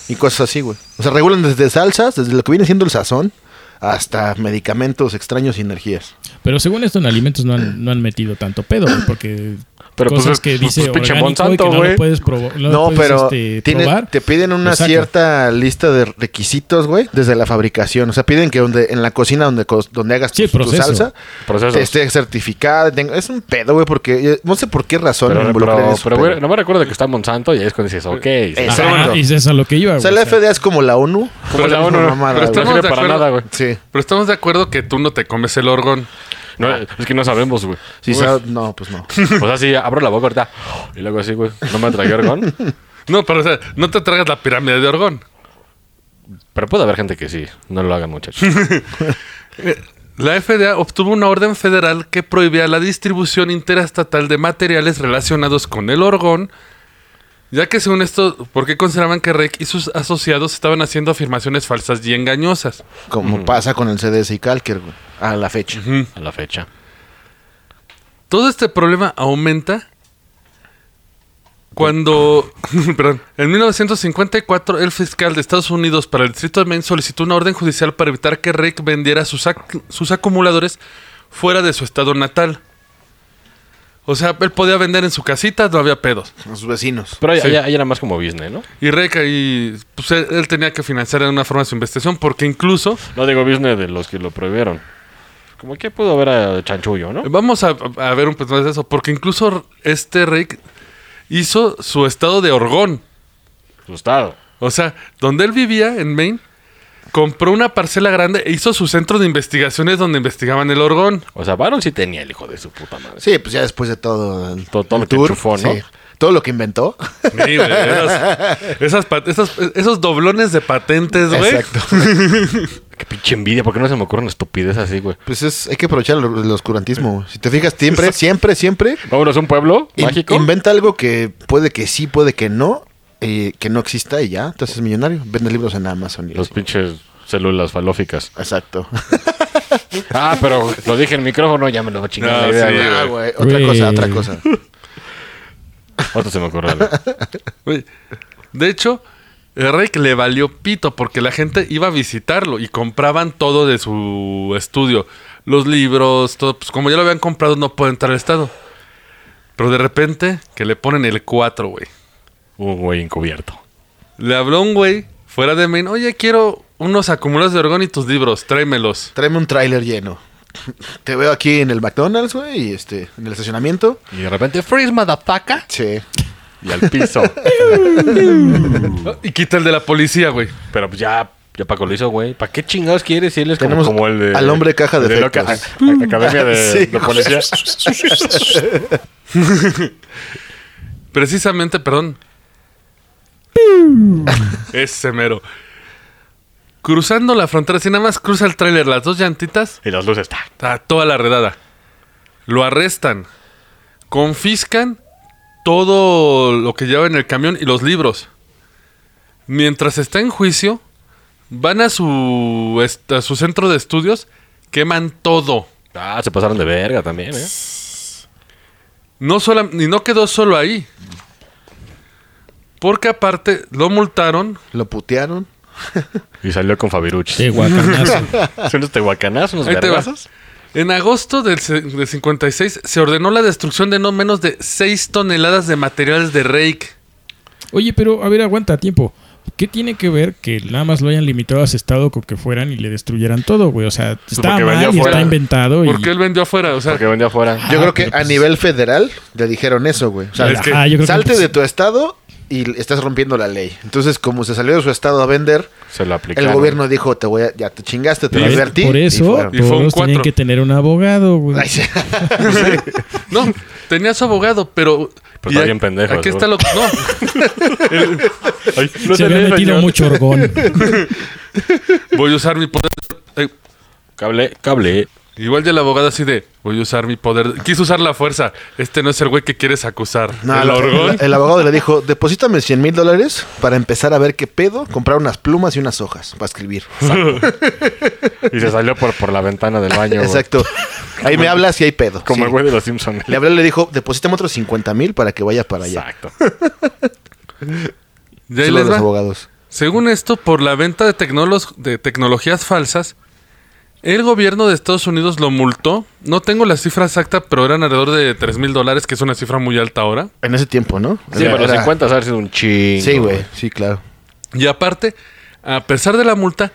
Speaker 4: Y cosas así, güey. O sea, regulan desde salsas, desde lo que viene siendo el sazón, hasta medicamentos extraños y energías.
Speaker 5: Pero según esto en alimentos no han, no han metido tanto pedo, güey, porque
Speaker 6: Pero, pues,
Speaker 5: cosas
Speaker 6: es-
Speaker 5: que
Speaker 6: pues,
Speaker 5: dice
Speaker 6: pues, pinche
Speaker 5: orgánico, güey, que
Speaker 6: Monsanto,
Speaker 5: no lo
Speaker 6: güey.
Speaker 5: puedes, probar no,
Speaker 4: No,
Speaker 5: lo puedes,
Speaker 4: pero
Speaker 5: este,
Speaker 4: tiene-
Speaker 5: probar.
Speaker 4: te piden una
Speaker 5: lo sacan.
Speaker 4: cierta lista de requisitos, güey, desde la fabricación. O sea, piden que donde, en la cocina donde, cos- donde hagas
Speaker 5: Sí,
Speaker 4: tu- tu
Speaker 5: proceso.
Speaker 4: salsa,
Speaker 6: Procesos.
Speaker 4: te esté certificada. tenga- Es un pedo, güey, porque eh, no sé por qué razón
Speaker 6: pero,
Speaker 4: me
Speaker 6: pero,
Speaker 4: involucré en eso,
Speaker 6: pero,
Speaker 4: pero-
Speaker 6: güey, no me recuerdo que está Monsanto y ahí es cuando dices, ok.
Speaker 4: Exacto.
Speaker 5: Ajá,
Speaker 4: Exacto.
Speaker 5: y es eso lo que iba,
Speaker 4: O sea,
Speaker 5: güey,
Speaker 4: la FDA es como la ONU.
Speaker 6: Como la
Speaker 4: misma
Speaker 6: ONU,
Speaker 4: mamada,
Speaker 6: pero estamos-
Speaker 4: güey.
Speaker 2: Estamos de
Speaker 6: sirve para
Speaker 2: acuerdo-
Speaker 6: nada, güey.
Speaker 4: Sí.
Speaker 2: Pero estamos de acuerdo que tú no te comes el orgón.
Speaker 6: No, es que no sabemos, güey.
Speaker 4: Sí,
Speaker 6: Güey,
Speaker 4: sabe- no, pues no.
Speaker 6: O sea, sí, abro la boca ahorita. Y luego así, güey. No me tragué orgón.
Speaker 2: No, pero o sea, no te tragas la pirámide de orgón.
Speaker 6: Pero puede haber gente que sí. No lo hagan, muchachos.
Speaker 2: La FDA obtuvo una orden federal que prohibía la distribución interestatal de materiales relacionados con el orgón, ya que según esto, ¿por qué consideraban que Reich y sus asociados estaban haciendo afirmaciones falsas y engañosas?
Speaker 4: Como pasa con el CDS y Calker, güey. A la fecha.
Speaker 6: A la fecha.
Speaker 2: Todo este problema aumenta cuando, perdón, en 1954 el fiscal de Estados Unidos para el Distrito de Maine solicitó una orden judicial para evitar que Reich vendiera sus, ac- sus acumuladores fuera de su estado natal. O sea, él podía vender en su casita, no había pedos.
Speaker 4: A sus vecinos.
Speaker 6: Pero ahí, ahí- ahí era más como business, ¿no?
Speaker 2: Y Reich ahí, pues él, él tenía que financiar de una forma su investigación porque incluso,
Speaker 6: No digo business de los que lo prohibieron. Como que pudo haber a chanchullo, ¿no?
Speaker 2: vamos a, a ver un poco más de eso, porque incluso este Reich hizo su estado de orgón.
Speaker 6: Asustado.
Speaker 2: O sea, donde él vivía en Maine, compró una parcela grande e hizo su centro de investigaciones donde investigaban el orgón.
Speaker 6: O sea, Baron sí tenía el hijo de su puta madre.
Speaker 4: Sí, pues ya después de todo el,
Speaker 6: Todo- todo
Speaker 4: el
Speaker 6: lo que enchufó, ¿no?
Speaker 4: Todo lo que inventó.
Speaker 2: Sí, güey, esas- esas pat- esas- esos doblones de patentes, güey.
Speaker 4: Exacto.
Speaker 6: Qué pinche envidia, ¿por qué no se me ocurre una estupidez así, güey?
Speaker 4: Pues es, hay que aprovechar el, el oscurantismo. güey. Si te fijas, siempre, siempre, siempre.
Speaker 6: Vámonos a un pueblo
Speaker 4: in-
Speaker 6: mágico.
Speaker 4: inventa algo que puede que sí, puede que no, eh, que no exista y ya. Entonces es millonario. Vende libros en Amazon. Y
Speaker 6: Los
Speaker 4: así.
Speaker 6: pinches células falóficas.
Speaker 4: Exacto.
Speaker 6: Ah, pero lo dije en el micrófono, ya me lo chingué
Speaker 2: No,
Speaker 6: la idea,
Speaker 2: sí,
Speaker 6: güey.
Speaker 4: Ah, güey, Otra
Speaker 5: Güey.
Speaker 4: cosa, otra cosa.
Speaker 6: Otro se me ocurre algo.
Speaker 2: Güey, De hecho, el rey que le valió pito porque la gente iba a visitarlo y compraban todo de su estudio. Los libros, todo. Pues como ya lo habían comprado, no puede entrar al estado. Pero de repente, que le ponen el 4, güey.
Speaker 6: Un güey encubierto.
Speaker 2: Le habló un güey fuera de Maine. Oye, quiero unos acumulados de orgón y tus libros. Tráemelos.
Speaker 4: Tráeme un tráiler lleno. Te veo aquí en el McDonald's, güey, y este, en el estacionamiento.
Speaker 6: Y de repente, freeze, motherfucker.
Speaker 4: Sí.
Speaker 6: Y al piso.
Speaker 2: Y quita el de la policía, güey.
Speaker 6: pero pues ya, ya Paco lo hizo, güey. ¿Para qué chingados quieres si él es como,
Speaker 4: Tenemos
Speaker 6: como el de...
Speaker 4: al hombre caja de
Speaker 6: el loca-
Speaker 4: efectos.
Speaker 6: a- a- Academia de,
Speaker 4: Sí.
Speaker 6: de policía.
Speaker 2: Precisamente, perdón. Ese mero. Cruzando la frontera, si nada más cruza el tráiler, las dos llantitas,
Speaker 6: Y las luces, ta.
Speaker 2: está toda la redada. Lo arrestan. Confiscan todo lo que lleva en el camión y los libros. Mientras está en juicio, van a su, est- a su centro de estudios, queman todo.
Speaker 6: Ah, se pasaron de verga también, ¿eh?
Speaker 2: No sola- y no quedó solo ahí. Porque aparte lo multaron
Speaker 4: Lo putearon.
Speaker 6: Y salió con Fabiruchis.
Speaker 5: Qué guacanazo.
Speaker 6: Son unos tehuacanazos, unos
Speaker 2: Ahí te va.
Speaker 6: vergazos.
Speaker 2: En agosto del, se- del 56 se ordenó la destrucción de no menos de 6 toneladas de materiales de Rake.
Speaker 5: Oye, pero a ver, aguanta tiempo. ¿Qué tiene que ver que nada más lo hayan limitado a ese estado con que fueran y le destruyeran todo, güey? O sea, está
Speaker 6: porque vendió
Speaker 5: mal y
Speaker 6: fuera.
Speaker 5: está inventado. Y...
Speaker 2: Porque él vendió afuera, o sea,
Speaker 6: Porque vendió afuera.
Speaker 5: Ah,
Speaker 4: Yo creo que a nivel federal le dijeron eso, güey. O sea,
Speaker 2: Es que-
Speaker 5: Ajá, pues Ah, yo creo que- pues
Speaker 4: salte de tu estado y estás rompiendo la ley. Entonces, como se salió de su estado a vender,
Speaker 6: Se lo aplicaron.
Speaker 4: el gobierno dijo, te voy a, ya te chingaste, te
Speaker 5: Por-
Speaker 4: advertí.
Speaker 5: Por
Speaker 4: y
Speaker 5: eso
Speaker 4: fueron.
Speaker 2: Y fue un
Speaker 5: todos tienen
Speaker 2: cuatro.
Speaker 5: que tener un abogado, güey.
Speaker 4: Ay, sí.
Speaker 2: no, tenía su abogado, pero...
Speaker 6: Pero
Speaker 2: y
Speaker 6: está
Speaker 2: a-
Speaker 6: bien pendejo,
Speaker 2: Aquí está lo...
Speaker 6: seguro.
Speaker 2: No,
Speaker 6: Ay, no
Speaker 5: Se había
Speaker 6: tenía
Speaker 5: metido
Speaker 6: señal.
Speaker 5: mucho orgón.
Speaker 2: voy a usar mi poder... eh,
Speaker 6: Cable, cable.
Speaker 2: igual de la abogada así de... Voy a usar mi poder... Quiso usar la fuerza. Este no es el güey que quieres acusar.
Speaker 4: No,
Speaker 2: el
Speaker 4: la-
Speaker 2: orgón.
Speaker 4: el, el abogado le dijo, deposítame 100 mil dólares para empezar a ver qué pedo, comprar unas plumas y unas hojas para escribir.
Speaker 6: Y se salió por, por la ventana del baño. güey.
Speaker 4: Exacto. Ahí me hablas y hay pedo.
Speaker 6: Como
Speaker 4: Sí.
Speaker 6: el güey de los Simpsons.
Speaker 4: Le habló y le dijo, deposítame otros 50 mil para que vaya para allá.
Speaker 6: Exacto.
Speaker 2: Y ahí
Speaker 4: Solo
Speaker 2: les
Speaker 4: los
Speaker 2: va.
Speaker 4: abogados.
Speaker 2: Según esto, por la venta de, tecnolos- de tecnologías falsas, el gobierno de Estados Unidos lo multó. No tengo la cifra exacta, pero eran alrededor de 3 mil dólares, que es una cifra muy alta ahora.
Speaker 4: En ese tiempo, ¿no?
Speaker 6: Sí,
Speaker 4: Era-
Speaker 6: pero los
Speaker 4: era-
Speaker 6: 50 ha sido un chingo.
Speaker 4: Sí, güey. Sí, claro.
Speaker 2: Y aparte, a pesar de la multa,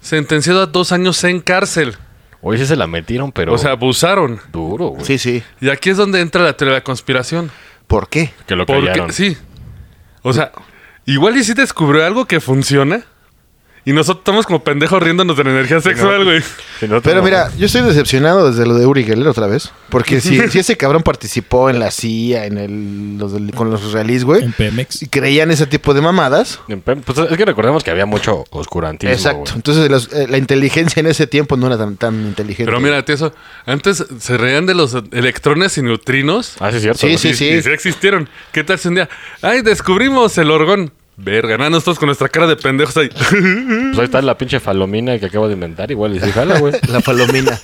Speaker 2: sentenciado a dos años en cárcel.
Speaker 6: Hoy sí se la metieron, pero.
Speaker 2: O sea, abusaron.
Speaker 6: duro, güey.
Speaker 4: Sí, sí.
Speaker 2: Y aquí es donde entra la teoría de la conspiración.
Speaker 4: ¿Por qué?
Speaker 6: Que lo
Speaker 2: Porque-
Speaker 6: callaron.
Speaker 2: sí. O sea, igual y si descubrió algo que funciona. Y nosotros estamos como pendejos riéndonos de la energía sexual, güey.
Speaker 6: Si no,
Speaker 4: Pero
Speaker 6: no-
Speaker 4: mira, yo estoy decepcionado desde lo de Uri Geller otra vez. Porque si, si ese cabrón participó en la CIA, en el, los del- con los israelíes, güey,
Speaker 5: En Pemex.
Speaker 4: y creían ese tipo de mamadas.
Speaker 6: En Pem- Pues es que recordemos que había mucho oscurantismo.
Speaker 4: Exacto.
Speaker 6: güey.
Speaker 4: Entonces los- eh, la inteligencia en ese tiempo no era tan, tan inteligente.
Speaker 2: Pero mira, tío, eso. Antes se reían de los electrones y neutrinos.
Speaker 6: Ah, sí, es cierto.
Speaker 4: Sí,
Speaker 6: güey.
Speaker 4: sí, sí.
Speaker 2: Y sí existieron. ¿Qué tal si un día? ¡Ay, descubrimos el orgón! Verga, nada, nosotros con nuestra cara de pendejos ahí.
Speaker 6: Pues ahí está la pinche falomina que acabo de inventar. Igual y sí, jala, güey.
Speaker 4: La palomina.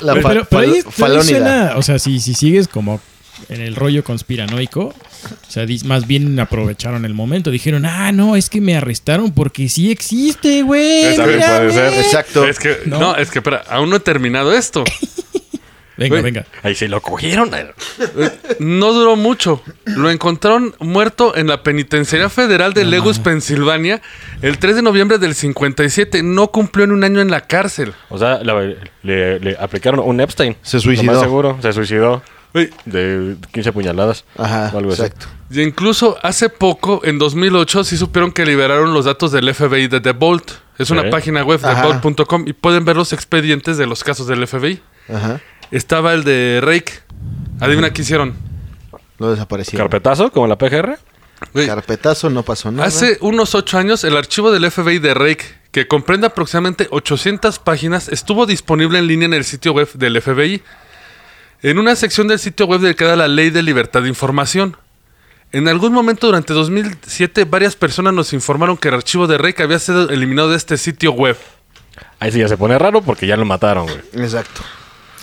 Speaker 4: la
Speaker 5: Pero,
Speaker 4: fa-
Speaker 5: pero, pero ahí-
Speaker 4: fal-
Speaker 5: ahí
Speaker 4: falónida.
Speaker 5: suena- o sea, si, si sigues como en el rollo conspiranoico, o sea, dis- más bien aprovecharon el momento. Dijeron, ah, no, es que me arrestaron porque sí existe, güey.
Speaker 2: Pues,
Speaker 6: Está bien,
Speaker 5: mira,
Speaker 6: puede
Speaker 5: güey".
Speaker 6: ser.
Speaker 4: Exacto.
Speaker 2: Es que, no.
Speaker 5: No.
Speaker 2: es que, espera, aún no he terminado esto.
Speaker 5: Venga,
Speaker 2: Güey.
Speaker 5: venga.
Speaker 6: Ahí se lo cogieron. eh.
Speaker 2: No duró mucho. Lo encontraron muerto en la Penitenciaría Federal de Lewis, Pensilvania, el 3 de noviembre del 57. No cumplió en un año en la cárcel.
Speaker 6: O sea, la- le, le aplicaron un Epstein.
Speaker 4: Se
Speaker 6: Lo
Speaker 4: suicidó.
Speaker 6: más seguro. Se suicidó.
Speaker 2: Güey,
Speaker 6: de 15 puñaladas.
Speaker 4: Ajá,
Speaker 6: o algo así.
Speaker 4: exacto.
Speaker 2: Y incluso hace poco, en 2008, sí supieron que liberaron los datos del FBI de The Bolt. Es una
Speaker 6: Sí.
Speaker 2: página web,
Speaker 4: Ajá.
Speaker 2: TheBolt.com, y pueden ver los expedientes de los casos del FBI.
Speaker 4: Ajá.
Speaker 2: Estaba el de Rake. Adivina qué hicieron.
Speaker 4: Lo desaparecieron.
Speaker 6: ¿Carpetazo como la PGR?
Speaker 2: Güey,
Speaker 4: Carpetazo, no pasó nada.
Speaker 2: hace unos ocho años, el archivo del FBI de Rake, que comprende aproximadamente 800 páginas, estuvo disponible en línea en el sitio web del FBI. En una sección del sitio web dedicada a la Ley de Libertad de Información. En algún momento durante 2007, varias personas nos informaron que el archivo de Rake había sido eliminado de este sitio web.
Speaker 6: Ahí sí ya se pone raro porque ya lo mataron, güey.
Speaker 4: Exacto.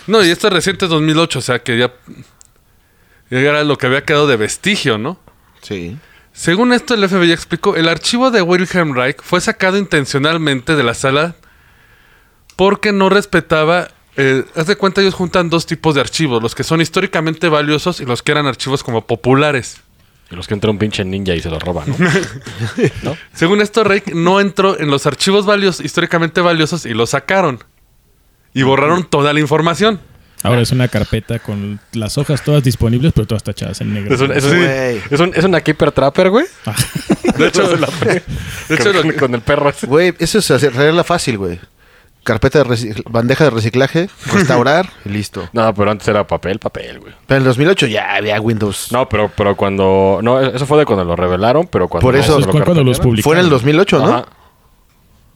Speaker 2: No, y esto es reciente, es 2008, o sea que ya. ya Era lo que había quedado de vestigio, ¿no?
Speaker 4: Sí.
Speaker 2: Según esto, el FBI explicó, el archivo de Wilhelm Reich fue sacado intencionalmente de la sala porque no respetaba... eh, haz de cuenta, ellos juntan dos tipos de archivos, los que son históricamente valiosos y los que eran archivos como populares.
Speaker 6: Y los que entra un pinche ninja y se lo roban, ¿no?
Speaker 2: Según esto, Reich no entró en los archivos valiosos, históricamente valiosos y los sacaron. Y borraron toda la información.
Speaker 5: Ahora es una carpeta con las hojas todas disponibles, pero todas tachadas en negro. Ah.
Speaker 6: Es, un- es un-
Speaker 4: Güey.
Speaker 6: es un- es una Keeper Trapper, güey.
Speaker 2: De hecho, de hecho, lo
Speaker 6: con,
Speaker 2: que-
Speaker 6: con el perro ese.
Speaker 4: Güey, eso es hacer- arregla fácil, güey. Carpeta de reci- bandeja de reciclaje, restaurar y listo.
Speaker 6: No, pero antes era papel, papel, güey.
Speaker 4: Pero en el 2008 ya había Windows.
Speaker 6: No, pero, pero cuando... No, eso fue de cuando lo revelaron, pero cuando...
Speaker 4: Por eso-
Speaker 5: Eso es cu- cuando los
Speaker 6: publicaron.
Speaker 4: Fue en el 2008, ¿no?
Speaker 6: Ajá.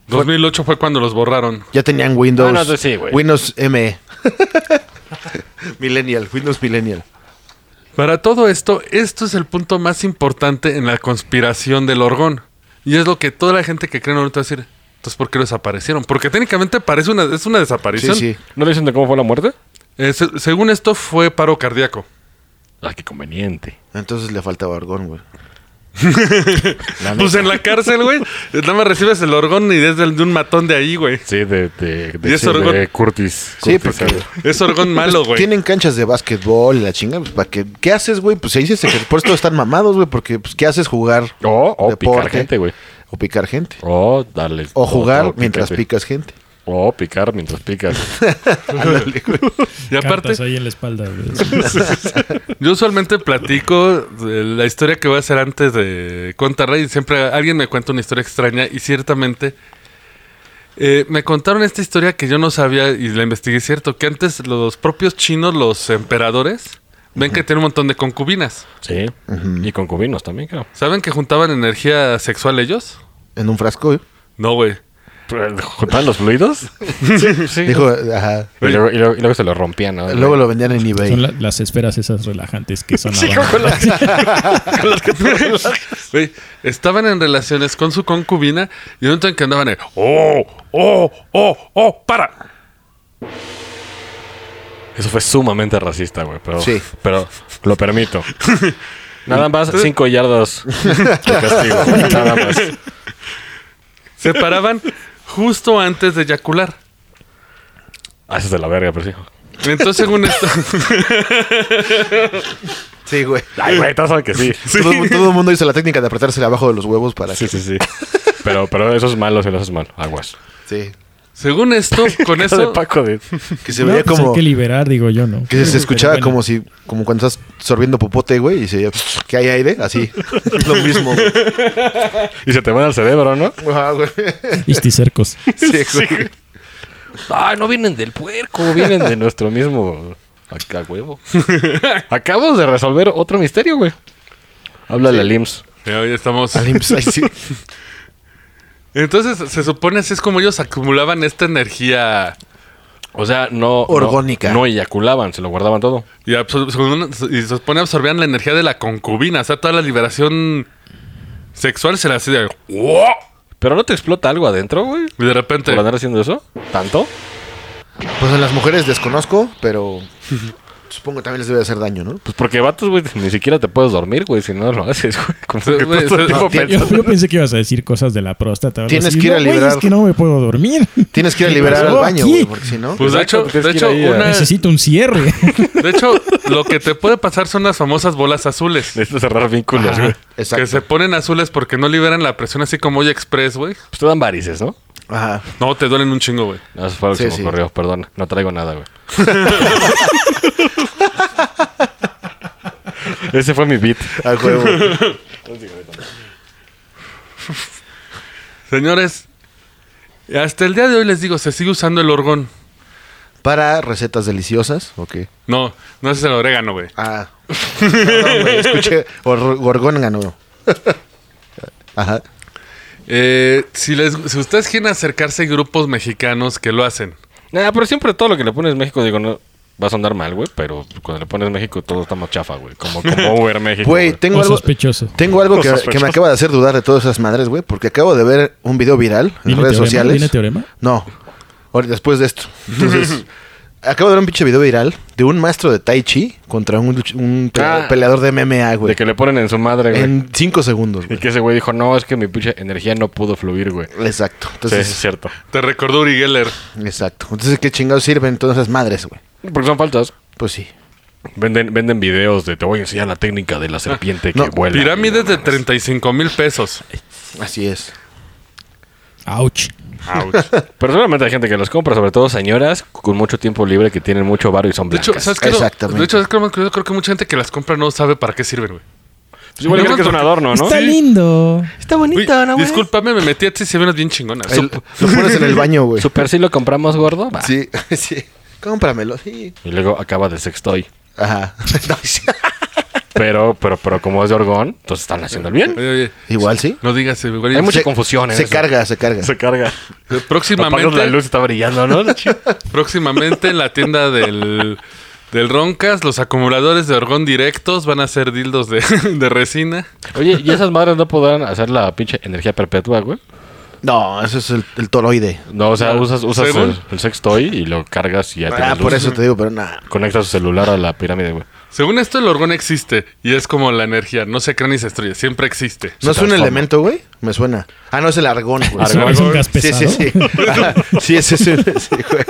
Speaker 2: 2008 fue cuando los borraron.
Speaker 4: Ya tenían Windows.
Speaker 6: Ah, no, eso sí, güey.
Speaker 4: Windows ME. millennial, Windows Millennial.
Speaker 2: Para todo esto, esto es el punto más importante en la conspiración del Orgón. Y es lo que toda la gente que cree en ahorita va a decir. Entonces, ¿por qué lo desaparecieron? Porque técnicamente parece una, es una
Speaker 4: Sí,
Speaker 2: desaparición.
Speaker 4: sí.
Speaker 6: ¿No le dicen de cómo fue la muerte?
Speaker 2: Eh, se- según esto, fue paro cardíaco.
Speaker 6: Ah, qué conveniente.
Speaker 4: Entonces le faltaba argón, güey.
Speaker 6: La
Speaker 2: Pues
Speaker 6: neta.
Speaker 2: en la cárcel, güey. Nada más recibes el Orgón y desde el de un matón de ahí, güey.
Speaker 6: Sí, de, de, de-
Speaker 2: Y eso
Speaker 6: sí,
Speaker 2: luego-
Speaker 6: de Curtis. Curtis,
Speaker 4: Sí,
Speaker 6: eh.
Speaker 4: porque-
Speaker 6: ¿sabes?
Speaker 2: Es Orgón malo, güey.
Speaker 4: Tienen canchas de básquetbol y la chinga, pues para qué ¿qué haces, güey? Pues se dice que por esto están mamados, güey, porque pues qué haces jugar
Speaker 6: O, o Oh, picar
Speaker 4: Deporte.
Speaker 6: gente, güey. Oh,
Speaker 4: o picar gente
Speaker 6: O darle...
Speaker 4: o jugar
Speaker 6: otro
Speaker 4: mientras
Speaker 6: piquete.
Speaker 4: picas gente.
Speaker 6: O oh, picar mientras picas.
Speaker 4: Ándale, güey.
Speaker 2: Y aparte,
Speaker 5: Cartas ahí en la espalda. güey.
Speaker 2: yo usualmente platico de la historia que voy a hacer antes de contarla y siempre alguien me cuenta una historia extraña y ciertamente eh, me contaron esta historia que yo no sabía y la investigué, es cierto, que antes los propios chinos, los emperadores, ven que tienen un montón de concubinas.
Speaker 6: Sí. Y concubinos también, creo.
Speaker 2: ¿Saben que juntaban energía sexual ellos?
Speaker 4: en un frasco, güey.
Speaker 2: No, güey.
Speaker 6: Pero, ¿Juntaban los fluidos? sí, sí.
Speaker 4: Dijo, ajá.
Speaker 6: y, luego, y luego- y luego se lo rompían, ¿no?
Speaker 4: Luego lo vendían en eBay.
Speaker 5: Son la- las esferas esas relajantes que son ahora.
Speaker 2: Güey, estaban en relaciones con su concubina y en un momento en que andaban eh, ¡Oh! ¡Oh! ¡Oh! ¡Oh! ¡Para!
Speaker 6: Eso fue sumamente racista, güey. Pero,
Speaker 4: Sí.
Speaker 6: pero lo permito. Nada más cinco yardas de castigo. Nada más.
Speaker 2: Se paraban justo antes de eyacular.
Speaker 6: Ah, eso es de la verga, pero sí.
Speaker 2: Entonces, según esto,
Speaker 4: Sí, güey.
Speaker 6: Ay, güey, todos saben que sí.
Speaker 4: Todo, todo el mundo hizo la técnica de apretársela abajo de los huevos para
Speaker 6: Sí,
Speaker 4: que.
Speaker 6: sí, sí. Pero, pero eso es malo, si lo haces mal. Aguas.
Speaker 4: Sí.
Speaker 2: según esto, con
Speaker 6: Eso de
Speaker 2: eso,
Speaker 6: Paco de...
Speaker 4: Que se
Speaker 5: No,
Speaker 4: veía
Speaker 5: pues
Speaker 4: como.
Speaker 5: Hay que liberar, digo yo, ¿no?
Speaker 4: Que se escuchaba
Speaker 5: Pero bueno.
Speaker 4: como si, como cuando estás sorbiendo popote, güey, y se oía que hay aire, así. Es lo mismo, güey.
Speaker 6: Y se te van al cerebro, ¿no?
Speaker 4: Ajá, Ah, güey.
Speaker 5: Isticercos.
Speaker 4: Sí, güey.
Speaker 6: Ah, no vienen del puerco, vienen de nuestro mismo. Acá, huevo. Acabamos de resolver otro misterio, güey. Háblale al IMSS.
Speaker 2: Ya, ya estamos.
Speaker 4: Al IMSS, ahí sí. Pues
Speaker 2: Entonces, se supone así es como ellos acumulaban esta energía.
Speaker 6: O sea, no. no-
Speaker 4: Orgónica.
Speaker 6: No, eyaculaban, se lo guardaban todo.
Speaker 2: Y, absor- según- y se supone absorbían la energía de la concubina. O sea, toda la liberación sexual se la hacía.
Speaker 6: Pero no te explota algo adentro, güey.
Speaker 2: Y de repente,
Speaker 6: Por andar haciendo eso. ¿Tanto?
Speaker 4: Pues a las mujeres desconozco, pero supongo que también les debe hacer daño, ¿no?
Speaker 6: Pues porque vatos, güey, ni siquiera te puedes dormir, güey, si no lo haces, güey. Como
Speaker 2: Sí,
Speaker 6: que
Speaker 2: güey,
Speaker 6: todo el
Speaker 2: sí.
Speaker 6: tiempo
Speaker 4: Tien-
Speaker 5: Yo,
Speaker 6: pensando.
Speaker 5: yo pensé que ibas a decir cosas de la próstata. o algo
Speaker 4: Tienes
Speaker 5: así.
Speaker 4: que ir a
Speaker 5: No, güey,
Speaker 4: liberar-
Speaker 5: Es que no me puedo dormir.
Speaker 4: Tienes que ir a liberar al
Speaker 5: pasó
Speaker 4: baño,
Speaker 5: pues, aquí?
Speaker 4: güey, porque si no.
Speaker 2: pues de hecho,
Speaker 6: Exacto, tienes
Speaker 2: de
Speaker 6: que
Speaker 2: hecho,
Speaker 6: ir ahí eh, a-
Speaker 2: una-
Speaker 5: Necesito un cierre.
Speaker 2: de hecho, lo que te puede pasar son las famosas bolas azules.
Speaker 6: Necesitas cerrar vínculos, güey.
Speaker 2: Que se
Speaker 4: Exacto.
Speaker 2: ponen azules porque no liberan la presión así como hoy express, güey.
Speaker 6: Pues te dan varices, ¿no?
Speaker 4: Ajá.
Speaker 2: No, te duelen un chingo, güey.
Speaker 6: No, Eso fue lo que
Speaker 4: Sí,
Speaker 6: se
Speaker 4: sí.
Speaker 6: me ocurrió, perdón. No traigo nada, güey. Ese fue mi beat.
Speaker 4: A huevo.
Speaker 2: Señores, hasta el día de hoy les digo, se sigue usando el orgón.
Speaker 4: Para recetas deliciosas, ¿o qué?
Speaker 2: No, no es el orégano, güey.
Speaker 4: Ah. Perdón, güey, escuché gor- gorgón ganó. Ajá.
Speaker 2: Eh, si, les, si ustedes quieren acercarse a grupos mexicanos que lo hacen,
Speaker 6: Nah, pero siempre todo lo que le pones México, digo, no va a sonar mal, güey, pero cuando le pones México todo está más chafa, güey. Como, como Uber México.
Speaker 4: Güey, tengo
Speaker 5: O
Speaker 4: algo,
Speaker 5: sospechoso.
Speaker 4: tengo algo que,
Speaker 6: Sospechoso.
Speaker 4: que me acaba de hacer dudar de todas esas madres, güey, porque acabo de ver un video viral en
Speaker 5: ¿Viene
Speaker 4: redes
Speaker 5: teorema?
Speaker 4: sociales.
Speaker 5: ¿Viene teorema?
Speaker 4: No, ahora- después de esto. Entonces, acabo de ver un pinche video viral de un maestro de Tai Chi contra un, luch- un pe-
Speaker 6: Ah.
Speaker 4: peleador de MMA,
Speaker 6: De
Speaker 4: güey.
Speaker 6: que le ponen en su madre, güey.
Speaker 4: En cinco segundos,
Speaker 6: Y
Speaker 4: güey.
Speaker 6: que ese güey dijo, no, es que mi pinche energía no pudo fluir, güey.
Speaker 4: Exacto.
Speaker 6: Sí,
Speaker 4: Entonces,
Speaker 6: es cierto.
Speaker 2: te recordó Uri Geller.
Speaker 4: exacto. Entonces, ¿qué chingados sirven todas esas madres, güey?
Speaker 6: Porque son faltas.
Speaker 4: Pues sí.
Speaker 6: Venden, venden videos de te voy a enseñar la técnica de la serpiente que
Speaker 4: no,
Speaker 6: vuela.
Speaker 2: Pirámides de 35 mil pesos.
Speaker 4: Así es.
Speaker 5: Ouch.
Speaker 6: Ah, Pero solamente hay gente que los compra, sobre todo señoras con mucho tiempo libre que tienen mucho varo y son
Speaker 2: De
Speaker 6: blancas.
Speaker 2: hecho, ¿sabes qué? es lo-
Speaker 4: Exactamente.
Speaker 2: De hecho, es que lo más curioso, creo que mucha gente que las compra no sabe para qué sirven, güey.
Speaker 6: Pues igual creo que es un adorno, ¿no?
Speaker 5: Está lindo.
Speaker 2: Uy, discúlpame, me metí a Etsy y vienes bien chingona.
Speaker 4: Ahí lo, lo pones en el baño, güey.
Speaker 6: Super si lo compramos gordo, va.
Speaker 4: Sí, sí. Cómpramelo, sí.
Speaker 6: Y luego acaba de sextoy.
Speaker 4: Ajá. No, sí.
Speaker 6: Pero, pero, pero como es de orgón, entonces están haciendo el bien.
Speaker 2: Oye, oye,
Speaker 4: Igual sí.
Speaker 2: no digas, eh, güey.
Speaker 6: Hay mucha confusión en
Speaker 4: Se
Speaker 6: eso.
Speaker 4: carga, se carga.
Speaker 6: Se carga. Apagas
Speaker 2: Próximamente,
Speaker 6: la luz y está brillando, ¿no?
Speaker 2: próximamente en la tienda del, del Roncas, los acumuladores de orgón directos van a ser dildos de, de resina.
Speaker 6: Oye, ¿y esas madres no podrán hacer la pinche energía perpetua, güey?
Speaker 4: No, eso es el, el toroide.
Speaker 6: No, o sea,
Speaker 2: No.
Speaker 6: usas, usas
Speaker 2: Ah, Según.
Speaker 6: el, el sextoy y lo cargas y ya
Speaker 4: Ah,
Speaker 6: tienes
Speaker 4: por
Speaker 6: luz.
Speaker 4: eso te digo, pero nada.
Speaker 6: Conecta su celular a la pirámide, güey.
Speaker 2: Según esto, el orgón existe y es como la energía. No se crea ni se destruye, siempre existe.
Speaker 4: ¿No es un
Speaker 6: transforma.
Speaker 4: elemento, güey? Me suena. Ah, no, es el argón, güey.
Speaker 5: ¿Es un- es un gas pesado?
Speaker 4: Sí, sí, sí. Ajá. Sí, es ese, sí, güey.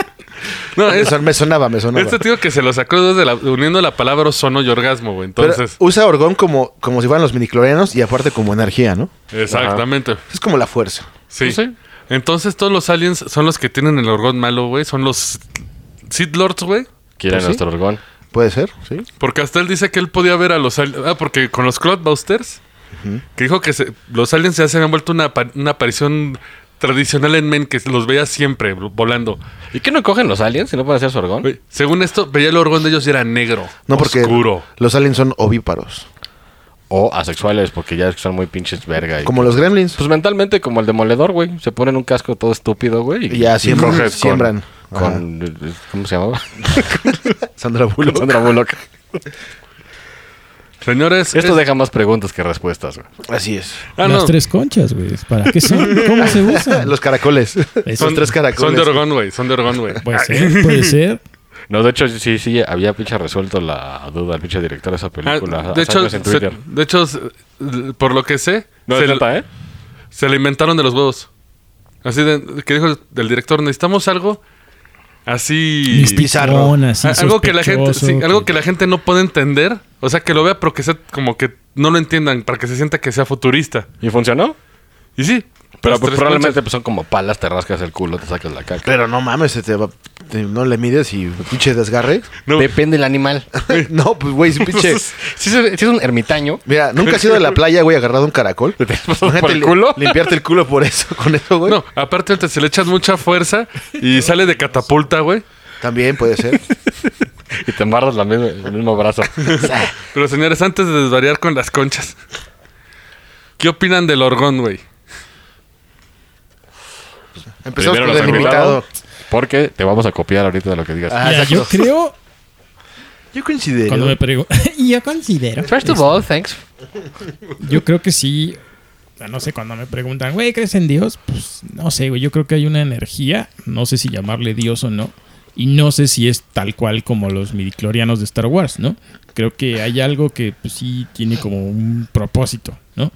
Speaker 2: No,
Speaker 4: Me
Speaker 2: es,
Speaker 4: son- Me sonaba, me sonaba.
Speaker 2: este tío que se lo sacó desde la- uniendo la palabra ozono y orgasmo, güey.
Speaker 4: Pero uh,
Speaker 2: Entonces,
Speaker 4: usa orgón como, como si fueran los miniclorianos y aparte como energía, ¿no?
Speaker 2: exactamente.
Speaker 4: Es como la fuerza.
Speaker 2: Sí.
Speaker 6: Pues sí.
Speaker 2: Entonces todos los aliens son los que tienen el orgón malo, güey. Son los Sith Lords, güey.
Speaker 6: Quiere
Speaker 4: Pues sí.
Speaker 6: nuestro orgón.
Speaker 4: ¿Puede ser? Sí.
Speaker 2: Porque hasta él dice que él podía ver a los aliens. Ah, porque con los Cloudbusters, que dijo que se- los aliens ya se habían vuelto una, apa- una aparición tradicional en Men, que los veía siempre volando.
Speaker 6: ¿Y qué no cogen los aliens si no pueden hacer su orgón?
Speaker 2: Güey, Según esto, veía el orgón de ellos y era negro.
Speaker 4: No, porque
Speaker 2: Oscuro.
Speaker 4: los aliens son ovíparos.
Speaker 6: O asexuales, porque ya son muy pinches verga. y-
Speaker 4: Como los gremlins.
Speaker 6: Pues mentalmente, como el demoledor, güey. Se ponen un casco todo estúpido, güey.
Speaker 4: Y ya siembran-
Speaker 6: coges
Speaker 4: siembran.
Speaker 6: Con, eh, ¿Cómo se llamaba?
Speaker 4: Sandra Bullock.
Speaker 6: Sandra Bullock.
Speaker 2: Señores.
Speaker 6: Esto
Speaker 2: es-
Speaker 6: deja más preguntas que respuestas, güey.
Speaker 4: Así es.
Speaker 2: Ah,
Speaker 5: Las
Speaker 2: no.
Speaker 5: tres conchas, güey. ¿Para qué son? ¿Cómo se usan?
Speaker 4: Los caracoles. Son tres
Speaker 2: Son
Speaker 4: caracoles.
Speaker 2: de orgón, güey. Son de orgón, güey.
Speaker 4: Ah.
Speaker 5: Puede ser, puede ser.
Speaker 6: No, de hecho, sí, sí, había pinche resuelto la duda el pinche director de esa
Speaker 2: Ah,
Speaker 6: película.
Speaker 2: de,
Speaker 6: hace
Speaker 2: hecho,
Speaker 6: años en
Speaker 2: se-
Speaker 6: Twitter.
Speaker 2: de hecho, se- por lo que sé,
Speaker 6: no
Speaker 2: se-
Speaker 6: es neta, ¿eh?
Speaker 2: Se la inventaron de los huevos. Así de, que dijo el, el director, necesitamos algo así...
Speaker 5: Misticón,
Speaker 4: bizarro.
Speaker 5: así,
Speaker 2: a- algo que la gente
Speaker 5: sospechoso,
Speaker 2: sí, algo que la gente no puede entender. O sea, que lo vea pero que sea como que no lo entiendan para que se sienta que sea futurista.
Speaker 6: ¿Y funcionó?
Speaker 2: Y sí.
Speaker 6: Pero
Speaker 2: las
Speaker 6: pues,
Speaker 2: tres
Speaker 6: probablemente
Speaker 2: conchas-
Speaker 6: pues, son como palas, te rascas el culo, te sacas la caca.
Speaker 4: Pero no mames, se te va- te- no le mides y pinche desgarre.
Speaker 2: No.
Speaker 6: Depende del animal.
Speaker 4: no, pues güey, ese pinche.
Speaker 6: si, es, si es un ermitaño,
Speaker 4: Mira, nunca has ido a la playa, güey, agarrado un caracol.
Speaker 6: pasado por el
Speaker 4: li-
Speaker 6: culo?
Speaker 4: Limpiarte el culo por eso, con eso, güey.
Speaker 2: No, aparte te- se le echan mucha fuerza y sale de catapulta, güey.
Speaker 4: También puede ser.
Speaker 6: y te embarras la misma- el mismo brazo. pues
Speaker 2: Pero señores, antes de desvariar con las conchas. ¿Qué opinan del orgón, güey?
Speaker 4: Empezamos
Speaker 6: Primero
Speaker 4: con
Speaker 6: los
Speaker 4: el invitado.
Speaker 6: invitados, Porque te vamos a copiar ahorita de lo que digas.
Speaker 4: Ah,
Speaker 5: Mira, yo
Speaker 4: exacto.
Speaker 5: creo,
Speaker 4: Yo considero.
Speaker 5: cuando me pregunto, yo considero,
Speaker 6: First of all, thanks.
Speaker 5: yo creo que sí, o sea, no sé, cuando me preguntan, güey, ¿crees en Dios? Pues no sé, güey, yo creo que hay una energía, no sé si llamarle Dios o no, y no sé si es tal cual como los midiclorianos de Star Wars, ¿no? Creo que hay algo que pues, sí tiene como un propósito, ¿no?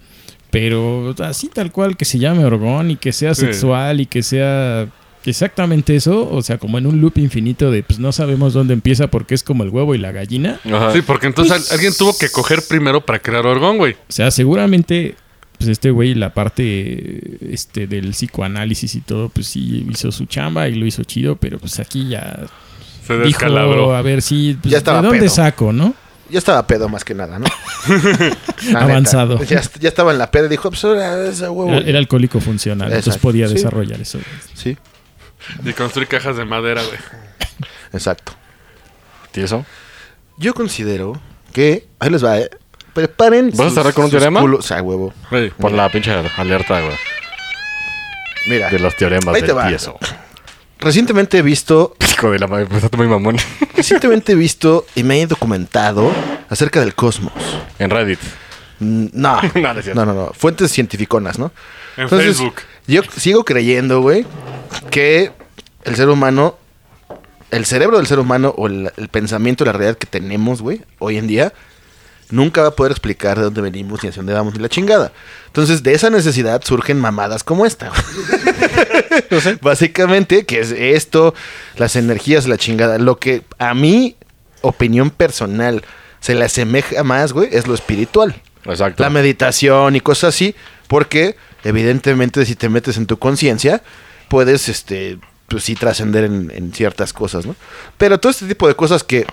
Speaker 5: Pero así tal cual que se llame orgón y que sea
Speaker 2: Sí.
Speaker 5: sexual y que sea exactamente eso, o sea, como en un loop infinito de pues no sabemos dónde empieza porque es como el huevo y la gallina.
Speaker 6: Ajá.
Speaker 2: Sí, porque entonces
Speaker 5: Pues-
Speaker 2: al- alguien tuvo que coger primero para crear orgón, güey.
Speaker 5: O sea, seguramente, pues este güey, la parte este, del psicoanálisis y todo, pues sí hizo su chamba y lo hizo chido, pero pues aquí ya
Speaker 2: Se
Speaker 5: dijo,
Speaker 2: descalabró.
Speaker 5: a ver si, pues,
Speaker 4: Ya estaba
Speaker 5: ¿de dónde
Speaker 4: pedo.
Speaker 5: saco, no?
Speaker 4: Ya estaba pedo más que nada, ¿no? La neta.
Speaker 5: Avanzado.
Speaker 4: Ya, est- ya estaba en la peda y dijo, pues ahora ese huevo.
Speaker 5: Era, era alcohólico funcional, entonces
Speaker 4: Exacto,
Speaker 5: podía
Speaker 4: sí.
Speaker 5: desarrollar eso.
Speaker 4: Sí,
Speaker 2: Y construir cajas de madera, güey.
Speaker 4: exacto.
Speaker 6: ¿Y eso?
Speaker 4: Yo considero que, ahí les va, ¿eh? Preparen.
Speaker 6: ¿Vas a
Speaker 4: sus-
Speaker 6: cerrar con un
Speaker 4: sus
Speaker 6: teorema?
Speaker 4: culos- ah, huevo.
Speaker 2: Güey,
Speaker 6: Pon la pinche alerta, güey.
Speaker 4: Mira,
Speaker 6: De los teoremas
Speaker 4: Ahí te
Speaker 6: del
Speaker 4: va.
Speaker 6: tieso.
Speaker 4: recientemente he visto
Speaker 6: Hijo de la madre, pues está muy mamón.
Speaker 4: Recientemente he visto y me he documentado acerca del cosmos.
Speaker 6: en Reddit.
Speaker 4: Mm, No,
Speaker 6: No, no es cierto.
Speaker 4: no, no, no. Fuentes cientificonas, ¿no?
Speaker 2: En Facebook.
Speaker 4: Yo sigo creyendo, güey, que el ser humano, el cerebro del ser humano o el, el pensamiento, la realidad que tenemos, güey, hoy en día, nunca va a poder explicar de dónde venimos ni hacia dónde vamos ni la chingada. Entonces, de esa necesidad surgen mamadas como esta. güey. Básicamente, que es esto, las energías, la chingada. Lo que a mi opinión personal se le asemeja más, güey, es lo espiritual.
Speaker 6: Exacto.
Speaker 4: La meditación y cosas así, porque evidentemente si te metes en tu conciencia, puedes, este, pues sí trascender en, en ciertas cosas, ¿no? Pero todo este tipo de cosas que,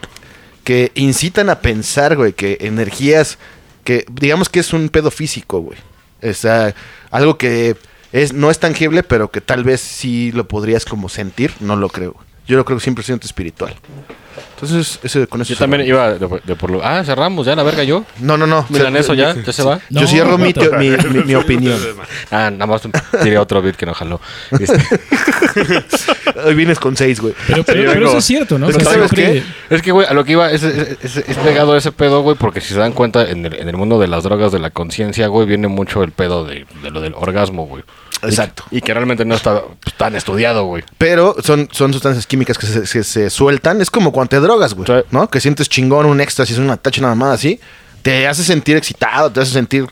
Speaker 4: que incitan a pensar, güey, que energías, que digamos que es un pedo físico, güey. Es ah, algo que es, no es tangible, pero que tal vez sí lo podrías como sentir, no lo creo. Yo lo creo 100% espiritual. Entonces, eso, con eso
Speaker 6: Yo también iba de, de por lo... Ah, cerramos ya la verga yo.
Speaker 4: No, no, no.
Speaker 6: Milaneso ya, ya se va.
Speaker 4: Yo
Speaker 5: No,
Speaker 4: cierro mi,
Speaker 5: no,
Speaker 4: teo- mi- mi- mi opinión.
Speaker 6: Ah, nada más tiré otro bit que no jaló. Este,
Speaker 4: Hoy vienes con seis, güey.
Speaker 5: Pero, pero-
Speaker 6: yo
Speaker 5: pero
Speaker 6: vengo-
Speaker 5: eso es cierto, ¿no?
Speaker 4: Es
Speaker 5: O
Speaker 4: que
Speaker 5: sea,
Speaker 4: ¿sabes
Speaker 5: siempre-
Speaker 6: Es que, güey, a lo que iba es, es, es- es pegado a ese pedo, güey, porque si se dan cuenta, en el, en el mundo de las drogas, de la conciencia, güey, viene mucho el pedo de, de lo del orgasmo, güey.
Speaker 4: Exacto.
Speaker 6: Y que realmente no está pues, tan estudiado, güey.
Speaker 4: Pero son, son sustancias químicas que se, que se sueltan. Es como cuando te drogas, güey.
Speaker 6: Sí.
Speaker 4: ¿No? Que sientes chingón, un éxtasis, una tacha, una mamada así. Te hace sentir excitado, te hace sentir.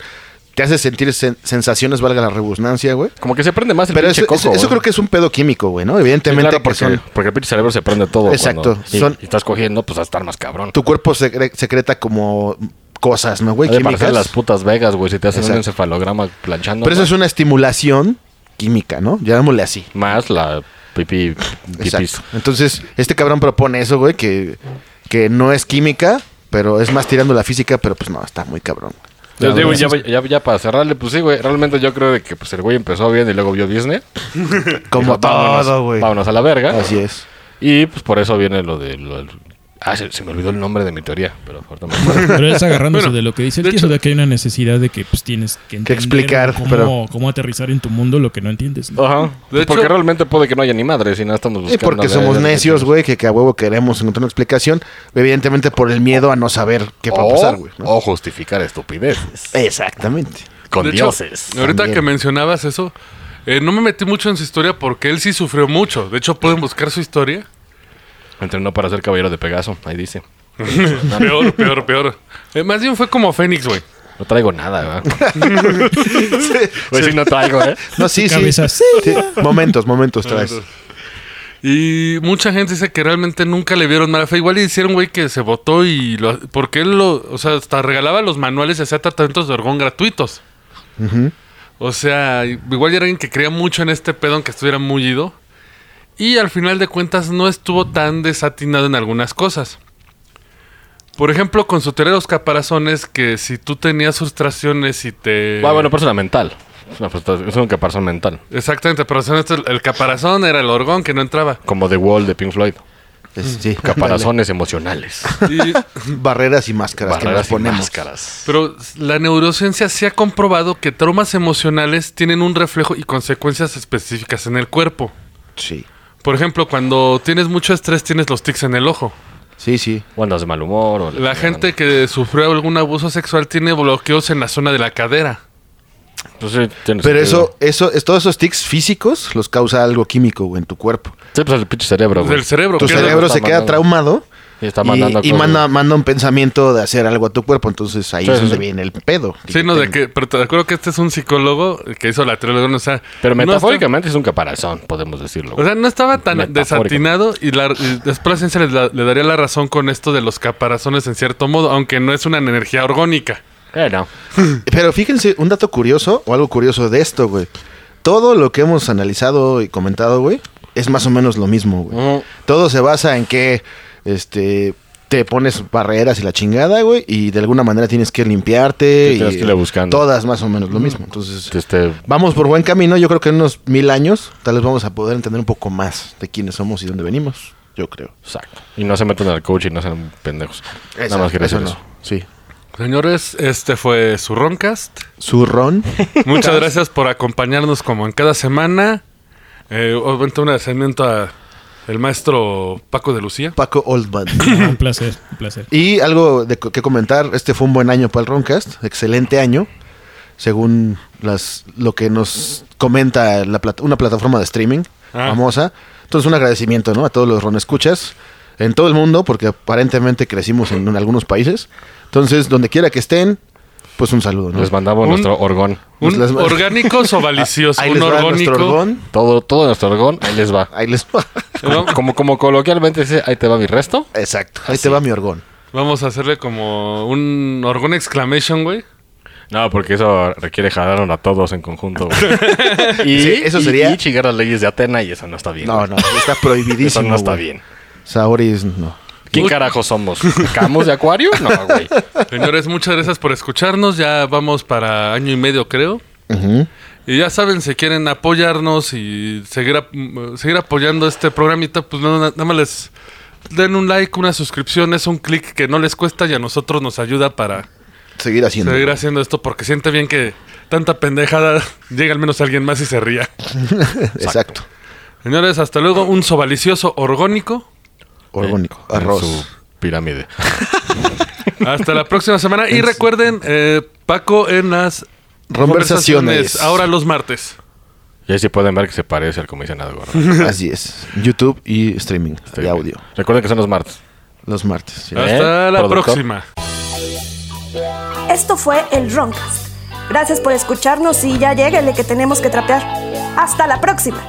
Speaker 4: Te hace sentir sen- sensaciones, valga la redundancia, güey.
Speaker 6: Como que se prende más el
Speaker 4: Pero
Speaker 6: pinche
Speaker 4: eso,
Speaker 6: coco,
Speaker 4: eso- eso
Speaker 6: güey.
Speaker 4: creo que es un pedo químico, güey, ¿no?
Speaker 6: Sí,
Speaker 4: Evidentemente
Speaker 6: claro,
Speaker 4: que
Speaker 6: porque,
Speaker 4: son-
Speaker 6: porque el pinche cerebro se prende todo.
Speaker 4: Exacto,
Speaker 6: cuando- y,
Speaker 4: son-
Speaker 6: y estás cogiendo, pues a estar más cabrón.
Speaker 4: tu cuerpo secre- secreta como cosas, ¿no, güey?
Speaker 6: Hay de parecer
Speaker 4: Químicas.
Speaker 6: las putas vegas, güey, si te hacen un
Speaker 4: Exacto.
Speaker 6: encefalograma planchando.
Speaker 4: Pero eso
Speaker 6: güey.
Speaker 4: es una estimulación química, ¿no? Llamémosle así.
Speaker 6: Más la pipí, pipis.
Speaker 4: Exacto. Entonces, este cabrón propone eso, güey, que, que no es química, pero es más tirando la física, pero pues no, está muy cabrón.
Speaker 6: Yo digo, ya, ya- ya para cerrarle, pues sí, güey. Realmente yo creo de que pues, el güey empezó bien y luego vio Disney.
Speaker 4: Como
Speaker 6: Dijo, "Vámonos,
Speaker 4: todo, güey.
Speaker 6: Vámonos a la verga.
Speaker 4: Así es.
Speaker 6: Y pues por eso viene lo de. Lo del- Ah, se, se me olvidó el nombre de mi teoría, pero ahorita me acuerdo.
Speaker 5: Pero es agarrándose
Speaker 2: Bueno,
Speaker 5: de lo que dice el
Speaker 2: de
Speaker 5: tieso,
Speaker 2: hecho-
Speaker 5: de que hay una necesidad de que pues tienes que entender
Speaker 4: explicar,
Speaker 5: cómo,
Speaker 4: pero-
Speaker 5: cómo aterrizar en tu mundo lo que no entiendes.
Speaker 2: Ah.
Speaker 5: ¿no?
Speaker 6: Ajá.
Speaker 2: De
Speaker 6: porque
Speaker 2: hecho-
Speaker 6: realmente puede que no haya ni madre si no estamos
Speaker 4: Y
Speaker 6: buscando.
Speaker 4: porque
Speaker 6: de-
Speaker 4: somos
Speaker 6: de- de-
Speaker 4: necios, güey, que, que a huevo queremos encontrar una explicación, evidentemente por el miedo a no saber qué va a
Speaker 6: O-
Speaker 4: pasar, güey. ¿no?
Speaker 6: O justificar estupideces.
Speaker 4: Exactamente.
Speaker 6: Con
Speaker 2: De hecho,
Speaker 6: dioses.
Speaker 2: ahorita
Speaker 4: También.
Speaker 2: que mencionabas eso, eh, no me metí mucho en su historia porque él sí sufrió mucho. De hecho, pueden buscar su historia.
Speaker 6: Entrenó para ser caballero de Pegaso, ahí dice.
Speaker 2: Peor, peor, peor. Eh, más bien fue como Fénix, güey.
Speaker 6: No traigo nada, ¿verdad? Güey, sí, no traigo, ¿eh?
Speaker 4: No, sí, sí.
Speaker 5: Cabeza, sí.
Speaker 4: Sí. Momentos, momentos, traes.
Speaker 2: Y mucha gente dice que realmente nunca le vieron mala fe. Igual le hicieron, güey, que se votó y lo, porque él lo, o sea, hasta regalaba los manuales y hacía tratamientos de orgón gratuitos. O sea, igual era alguien que creía mucho en este pedo, aunque estuviera muy ido. Y al final de cuentas no estuvo tan desatinado en algunas cosas. Por ejemplo, con su teoría de los caparazones, que si tú tenías frustraciones y te...
Speaker 6: Ah, bueno, persona mental. Es una frustración- es un caparazón mental.
Speaker 2: Exactamente, pero son estos- el caparazón era el orgón que no entraba.
Speaker 6: Como The Wall de Pink Floyd.
Speaker 4: Es- sí.
Speaker 6: Caparazones emocionales.
Speaker 2: Y-
Speaker 4: Dale. Barreras y máscaras que nos
Speaker 6: Barreras y
Speaker 4: ponemos.
Speaker 6: máscaras.
Speaker 2: Pero la neurociencia sí ha comprobado que traumas emocionales tienen un reflejo y consecuencias específicas en el cuerpo.
Speaker 4: Sí.
Speaker 2: Por ejemplo, cuando tienes mucho estrés tienes los tics en el ojo.
Speaker 4: Sí, sí.
Speaker 6: O andas de mal humor. O
Speaker 2: La gente que sufrió algún abuso sexual tiene bloqueos en la zona de la cadera.
Speaker 6: Pues sí, tiene
Speaker 4: Pero
Speaker 6: sentido.
Speaker 4: eso, eso, es, todos esos tics físicos los causa algo químico, güey, en tu cuerpo.
Speaker 6: Sí, pues el pinche cerebro, güey.
Speaker 2: Del cerebro.
Speaker 4: Tu
Speaker 2: que es lo-
Speaker 4: cerebro
Speaker 6: está
Speaker 4: se queda
Speaker 6: mandando.
Speaker 4: traumado
Speaker 6: Y está
Speaker 4: y-
Speaker 6: mandando
Speaker 4: y,
Speaker 6: cosas.
Speaker 4: manda, manda un pensamiento de hacer algo a tu cuerpo. Entonces ahí
Speaker 6: Sí,
Speaker 4: es
Speaker 6: sí,
Speaker 4: donde
Speaker 6: sí.
Speaker 4: viene el pedo.
Speaker 2: Sí, no, de que, pero te acuerdo que este es un psicólogo que hizo la teoría del orgón, o sea...
Speaker 6: Pero
Speaker 2: no está-
Speaker 6: metafóricamente es un caparazón, podemos decirlo.
Speaker 2: o sea, no estaba tan
Speaker 6: Metafóricamente.
Speaker 2: desatinado y, la, y después la ciencia le, da- le daría la razón con esto de los caparazones en cierto modo, aunque no es una energía orgónica.
Speaker 6: Eh, no.
Speaker 4: Pero fíjense, un dato curioso o algo curioso de esto, güey. Todo lo que hemos analizado y comentado, güey, es más o menos lo mismo, güey.
Speaker 6: Ujú.
Speaker 4: Todo se basa en que este te pones barreras y la chingada, güey, y de alguna manera tienes que limpiarte
Speaker 6: Sí,
Speaker 4: y
Speaker 6: tienes que irle buscando.
Speaker 4: todas más o menos lo mismo. Entonces,
Speaker 6: Este,
Speaker 4: vamos por buen camino, yo creo que en unos mil años tal vez vamos a poder entender un poco más de quiénes somos y dónde venimos, yo creo.
Speaker 6: Exacto. Y no se metan al coach y no sean pendejos. Nada más quería
Speaker 4: eso
Speaker 6: decir
Speaker 4: no.
Speaker 6: eso.
Speaker 4: Sí.
Speaker 2: Señores, este fue su Roncast.
Speaker 4: Zurrón.
Speaker 2: Muchas gracias por acompañarnos como en cada semana. Eh, obviamente un agradecimiento a el maestro Paco de Lucía.
Speaker 4: Paco Oldman.
Speaker 5: Ah, Un placer, un placer.
Speaker 4: Y algo de co- que comentar, este fue un buen año para el Roncast, excelente año, según las lo que nos comenta la plat- una plataforma de streaming
Speaker 2: Ah.
Speaker 4: famosa. Entonces un agradecimiento ¿no? a todos los Escuchas en todo el mundo, porque aparentemente crecimos en, en algunos países. Entonces, donde quiera que estén, pues un saludo. ¿no?
Speaker 6: Les mandamos
Speaker 2: Un-
Speaker 6: nuestro orgón.
Speaker 2: ¿Un
Speaker 4: Pues las-
Speaker 2: orgánicos o valicios?
Speaker 4: Ahí
Speaker 2: un
Speaker 4: les va
Speaker 2: orgánico.
Speaker 4: nuestro orgón,
Speaker 6: Todo, todo nuestro orgón, ahí les va.
Speaker 4: Ahí les va.
Speaker 6: Como, como, como coloquialmente dice, ahí te va mi resto.
Speaker 4: Exacto. Ahí te va mi orgón.
Speaker 2: Vamos a hacerle como un orgón exclamation, güey.
Speaker 6: No, porque eso requiere jalarnos a todos en conjunto. güey. y,
Speaker 4: Sí, eso
Speaker 6: y-
Speaker 4: sería-
Speaker 6: Y, chingar las leyes de Atena y eso no está bien.
Speaker 4: No,
Speaker 6: güey.
Speaker 4: no, está prohibidísimo.
Speaker 6: Eso no está
Speaker 4: güey.
Speaker 6: bien.
Speaker 4: Saoris, no.
Speaker 6: ¿Quién carajo somos? ¿Camus de Acuario? No, güey.
Speaker 2: Señores, muchas gracias por escucharnos. Ya vamos para año y medio, creo.
Speaker 4: Ujú.
Speaker 2: Y ya saben, si quieren apoyarnos y seguir, ap- mm, seguir apoyando este programita, pues nada, nada más les den un like, una suscripción, es un clic que no les cuesta y a nosotros nos ayuda para
Speaker 4: Seguir haciendo.
Speaker 2: seguir haciendo esto porque siente bien que tanta pendejada llega al menos alguien más y se ría.
Speaker 4: Exacto.
Speaker 2: Señores, hasta luego. Un sobalicioso orgónico.
Speaker 4: Orgónico.
Speaker 6: Eh, En
Speaker 4: Arroz.
Speaker 6: su pirámide.
Speaker 2: Hasta la próxima semana. Y recuerden, eh, Paco en las
Speaker 4: Conversaciones.
Speaker 2: Ahora los martes.
Speaker 6: Y ahí sí pueden ver que se parece al comisionado. güey.
Speaker 4: Así es. YouTube y streaming de audio.
Speaker 6: Recuerden que son los martes.
Speaker 4: Los martes. sí.
Speaker 2: Hasta la
Speaker 6: productor?
Speaker 2: próxima.
Speaker 1: Esto fue el Roncast. Gracias por escucharnos y ya lléguele que tenemos que trapear. ¡Hasta la próxima!